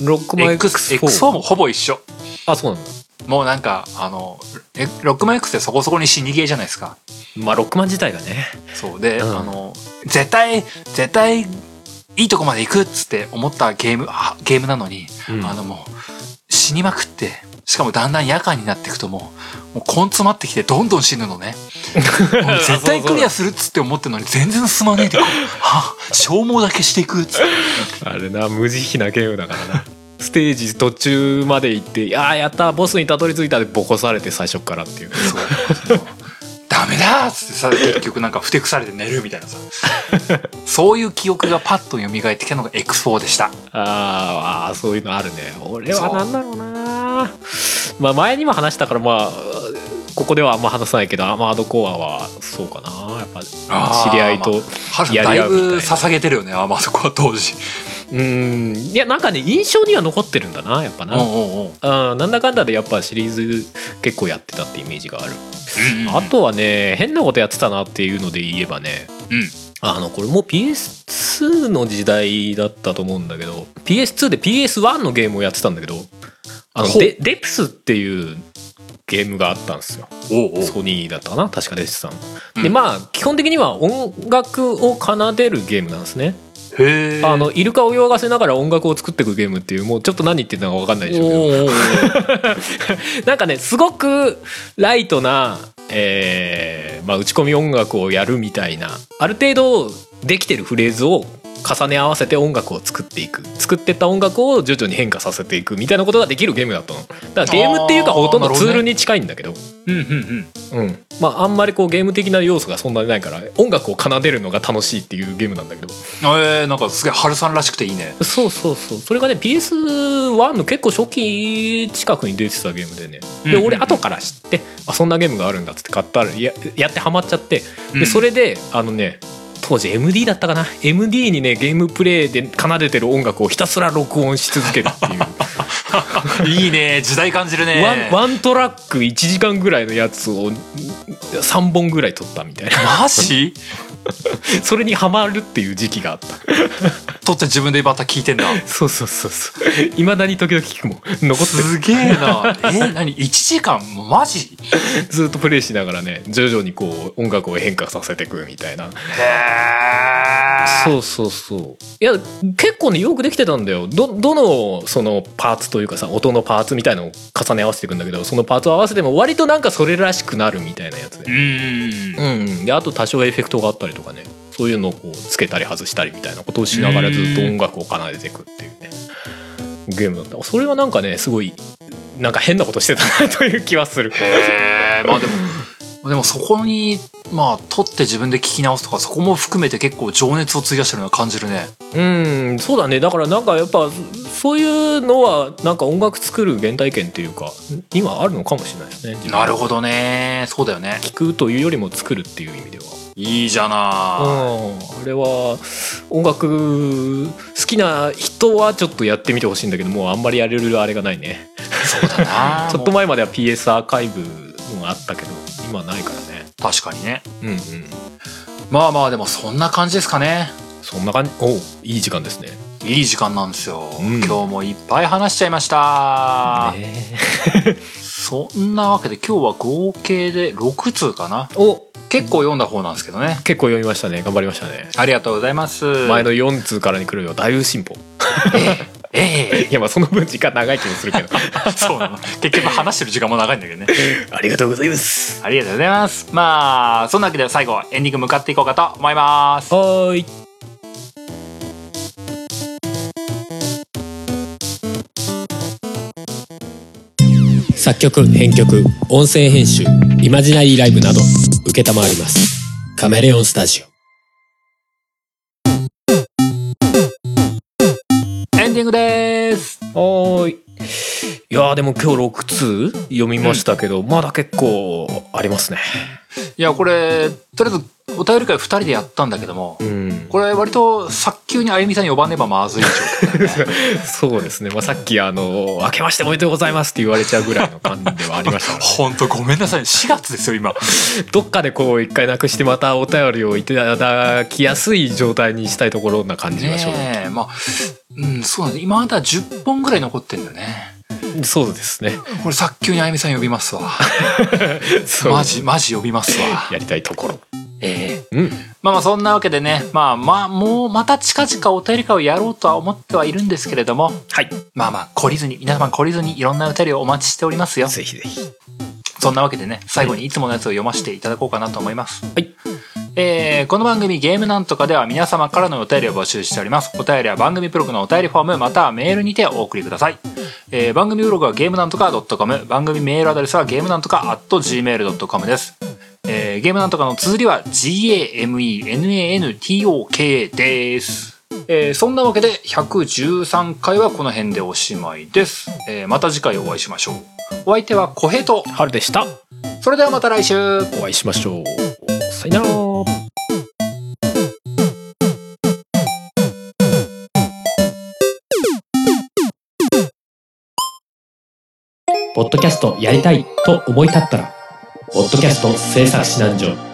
Speaker 2: ロックマン
Speaker 1: X、
Speaker 2: X4,
Speaker 1: X4 もほぼ一緒。
Speaker 2: あそうなんだ
Speaker 1: もうなんか、あの、えロックマン X ってそこそこに死にゲーじゃないですか。
Speaker 2: まあロックマン自体がね
Speaker 1: そうで、
Speaker 2: うん
Speaker 1: あの絶対絶対いいとこまで行くっつって思ったゲームあゲームなのに、
Speaker 2: うん
Speaker 1: あのもう死にまくってしかもだんだん夜間になっていくともうもう根詰まってきてどんどん死ぬの ねもう絶対クリアするっつって思ってるのに全然進まねえでこうはあ消耗だけしていくっつって
Speaker 2: あれな無慈悲なゲームだからな ステージ途中まで行って「ああやったボスにたどり着いた」でボコされて最初っからっていう
Speaker 1: そうダメだっつってさ結局なんかふてくされて寝るみたいなさそういう記憶がパッと蘇ってきたのが X4 でした
Speaker 2: あーあーそういうのあるね俺はなんだろうなまあ前にも話したからまあここではあんま話さないけどアーマードコアはそうかなやっぱ
Speaker 1: あー
Speaker 2: 知り合いと、
Speaker 1: まはる
Speaker 2: や
Speaker 1: だ
Speaker 2: り
Speaker 1: い
Speaker 2: 合うみたいな
Speaker 1: ぶ捧げてるよねあまあそこは当時
Speaker 2: うーんいやなんかね印象には残ってるんだなやっぱな、
Speaker 1: うんうんうん
Speaker 2: うん、なんだかんだでやっぱシリーズ結構やってたってイメージがあるあとはね変なことやってたなっていうので言えばね
Speaker 1: うん
Speaker 2: あのこれもう PS2 の時代だったと思うんだけど PS2 で PS1 のゲームをやってたんだけどあの
Speaker 1: ほう
Speaker 2: デデプスっていうゲームがあったんですよ
Speaker 1: おうおう
Speaker 2: ソニーだったかな確かデスさん
Speaker 1: う
Speaker 2: で
Speaker 1: ん
Speaker 2: まあ基本的には音楽を奏でるゲームなんですね
Speaker 1: へえ
Speaker 2: あのイルカを泳がせながら音楽を作っていくゲームっていうもうちょっと何言ってたのか分かんないでしょうけど
Speaker 1: おうおうおう
Speaker 2: なんかねすごくライトな、えーまあ、打ち込み音楽をやるみたいなある程度できてるフレーズを重ね合わせて音楽を作っていく作ってった音楽を徐々に変化させていくみたいなことができるゲームだったのだからゲームっていうか
Speaker 1: あー
Speaker 2: ほとんど
Speaker 1: なるほ
Speaker 2: ツ
Speaker 1: どね
Speaker 2: ールに近いんだけど
Speaker 1: うんうんうん
Speaker 2: うんまああんまりこうゲーム的な要素がそんなにないから音楽を奏でるのが楽しいっていうゲームなんだけど
Speaker 1: えー、なんかすげえ春さんらしくていいね
Speaker 2: そうそうそうそれがね PS1 の結構初期近くに出てたゲームでねで
Speaker 1: うんうん
Speaker 2: 俺後から知ってあそんなゲームがあるんだっつって買ったらややってハマっちゃって
Speaker 1: うん
Speaker 2: でそれであのね当時 MD だったかな MD にねゲームプレイで奏でてる音楽をひたすら録音し続ける っていう
Speaker 1: いいね時代感じるね
Speaker 2: ワンワントラック1時間ぐらいのやつを3本ぐらい撮ったみたいな
Speaker 1: マジ
Speaker 2: それにハマるっていう時期があ った
Speaker 1: 撮って自分でまた聞いて んだ
Speaker 2: そうそうそうそういまだに時々聞くもん残ってる
Speaker 1: すげえなえー、何1時間マジ
Speaker 2: ずっとプレイしながらね徐々にこう音楽を変化させていくみたいな
Speaker 1: へえ
Speaker 2: そうそうそういや結構ねよくできてたんだよどどのそのパーツというかさ音のパーツみたいのを重ね合わせていくんだけどそのパーツを合わせても割となんかそれらしくなるみたいなやつ
Speaker 1: う
Speaker 2: で
Speaker 1: ん
Speaker 2: うん、うん、であと多少エフェクトがあったりとかねそういうのをこうつけたり外したりみたいなことをしながらずっと音楽を奏でていくっていうねゲームだったそれはなんかねすごいなんか変なことしてたなという気はする
Speaker 1: へえまあでもでもそこにまあ取って自分で聞き直すとかそこも含めて結構情熱を費やしてるのは感じるね
Speaker 2: うんそうだねだからなんかやっぱそういうのはなんか音楽作る原体験っていうか今あるのかもしれないですね自分
Speaker 1: なるほどねそうだよね
Speaker 2: 聞くというよりも作るっていう意味ではい
Speaker 1: いじゃ
Speaker 2: うん
Speaker 1: な
Speaker 2: あれは音楽好きな人はちょっとやってみてほしいんだけどもうあんまりやれるあれがないね
Speaker 1: そうだな
Speaker 2: ちょっと
Speaker 1: も
Speaker 2: 前までは PS アーカイブもあったけど今はないからね
Speaker 1: う確かにね
Speaker 2: うんうん
Speaker 1: まあまあでもそんな感じですかね
Speaker 2: そんな感じおういい時間ですね
Speaker 1: いい時間なんですよ、
Speaker 2: うん
Speaker 1: 今日もいっぱい話しちゃいました、
Speaker 2: ね
Speaker 1: そんなわけで今日は合計で6通かな
Speaker 2: お
Speaker 1: 結構読んだ方なんですけどね
Speaker 2: 結構読みましたね頑張りましたね
Speaker 1: ありがとうございます
Speaker 2: 前の4通からに来るよだいぶ進歩
Speaker 1: ええ
Speaker 2: いやまあその分時間長い気もする けど
Speaker 1: そうなの結局話してる時間も長いんだけどね
Speaker 2: ありがとうございます
Speaker 1: ありがとうございますまあそんなわけで最後エンディング向かっていこうかと思います
Speaker 2: はーい
Speaker 3: 作曲編曲音声編集イマジナリーライブなど承りますカメレオンスタジオ
Speaker 1: エンディングです
Speaker 2: はーい。いやーでも今日6通読みましたけど、まだ結構ありますね。
Speaker 1: いやこれとりあえずお便り会2人でやったんだけども
Speaker 2: うん。
Speaker 1: これ割と早急にあゆみさん呼ばねばまずいでしょ
Speaker 2: そうですね。まあさっきあの明けましておめでとうございますって言われちゃうぐらいの感じではありましたから。
Speaker 1: 本当ごめんなさい4月ですよ今
Speaker 2: どっかでこう一回なくしてまたお便りをいただきやすい状態にしたいところな感じがしょ
Speaker 1: ねえまあうんそうなんだ今まだ10本ぐらい残ってんだよね
Speaker 2: う。そうですね。
Speaker 1: これ早急にあゆみさん呼びますわ
Speaker 2: そう
Speaker 1: マジマジ呼びますわ
Speaker 2: やりたいところ。
Speaker 1: ええ
Speaker 2: うん。
Speaker 1: まあまあそんなわけでね、まあまあもうまた近々お便り会をやろうとは思ってはいるんですけれども、
Speaker 2: はい。
Speaker 1: まあまあ懲りずに、皆様懲りずにいろんなお便りをお待ちしておりますよ。
Speaker 2: ぜひぜひ。
Speaker 1: そんなわけでね、最後にいつものやつを読ませていただこうかなと思います。
Speaker 2: はい。
Speaker 1: えーこの番組ゲームなんとかでは皆様からのお便りを募集しております。お便りは番組ブログのお便りフォームまたはメールにてお送りください。えー番組ブログはゲームなんとか .com、番組メールアドレスはゲームなんとか .gmail.com です。えーゲームなんとかの綴りは GAMENANTOKA です。えーそんなわけで113回はこの辺でおしまいです。えーまた次回お会いしましょう。お相手は小平と、
Speaker 2: 春でした。
Speaker 1: それではまた来週
Speaker 2: お会いしましょう。さよなら。
Speaker 3: ポッドキャストやりたいと思い立ったら「ポッドキャスト制作指南所」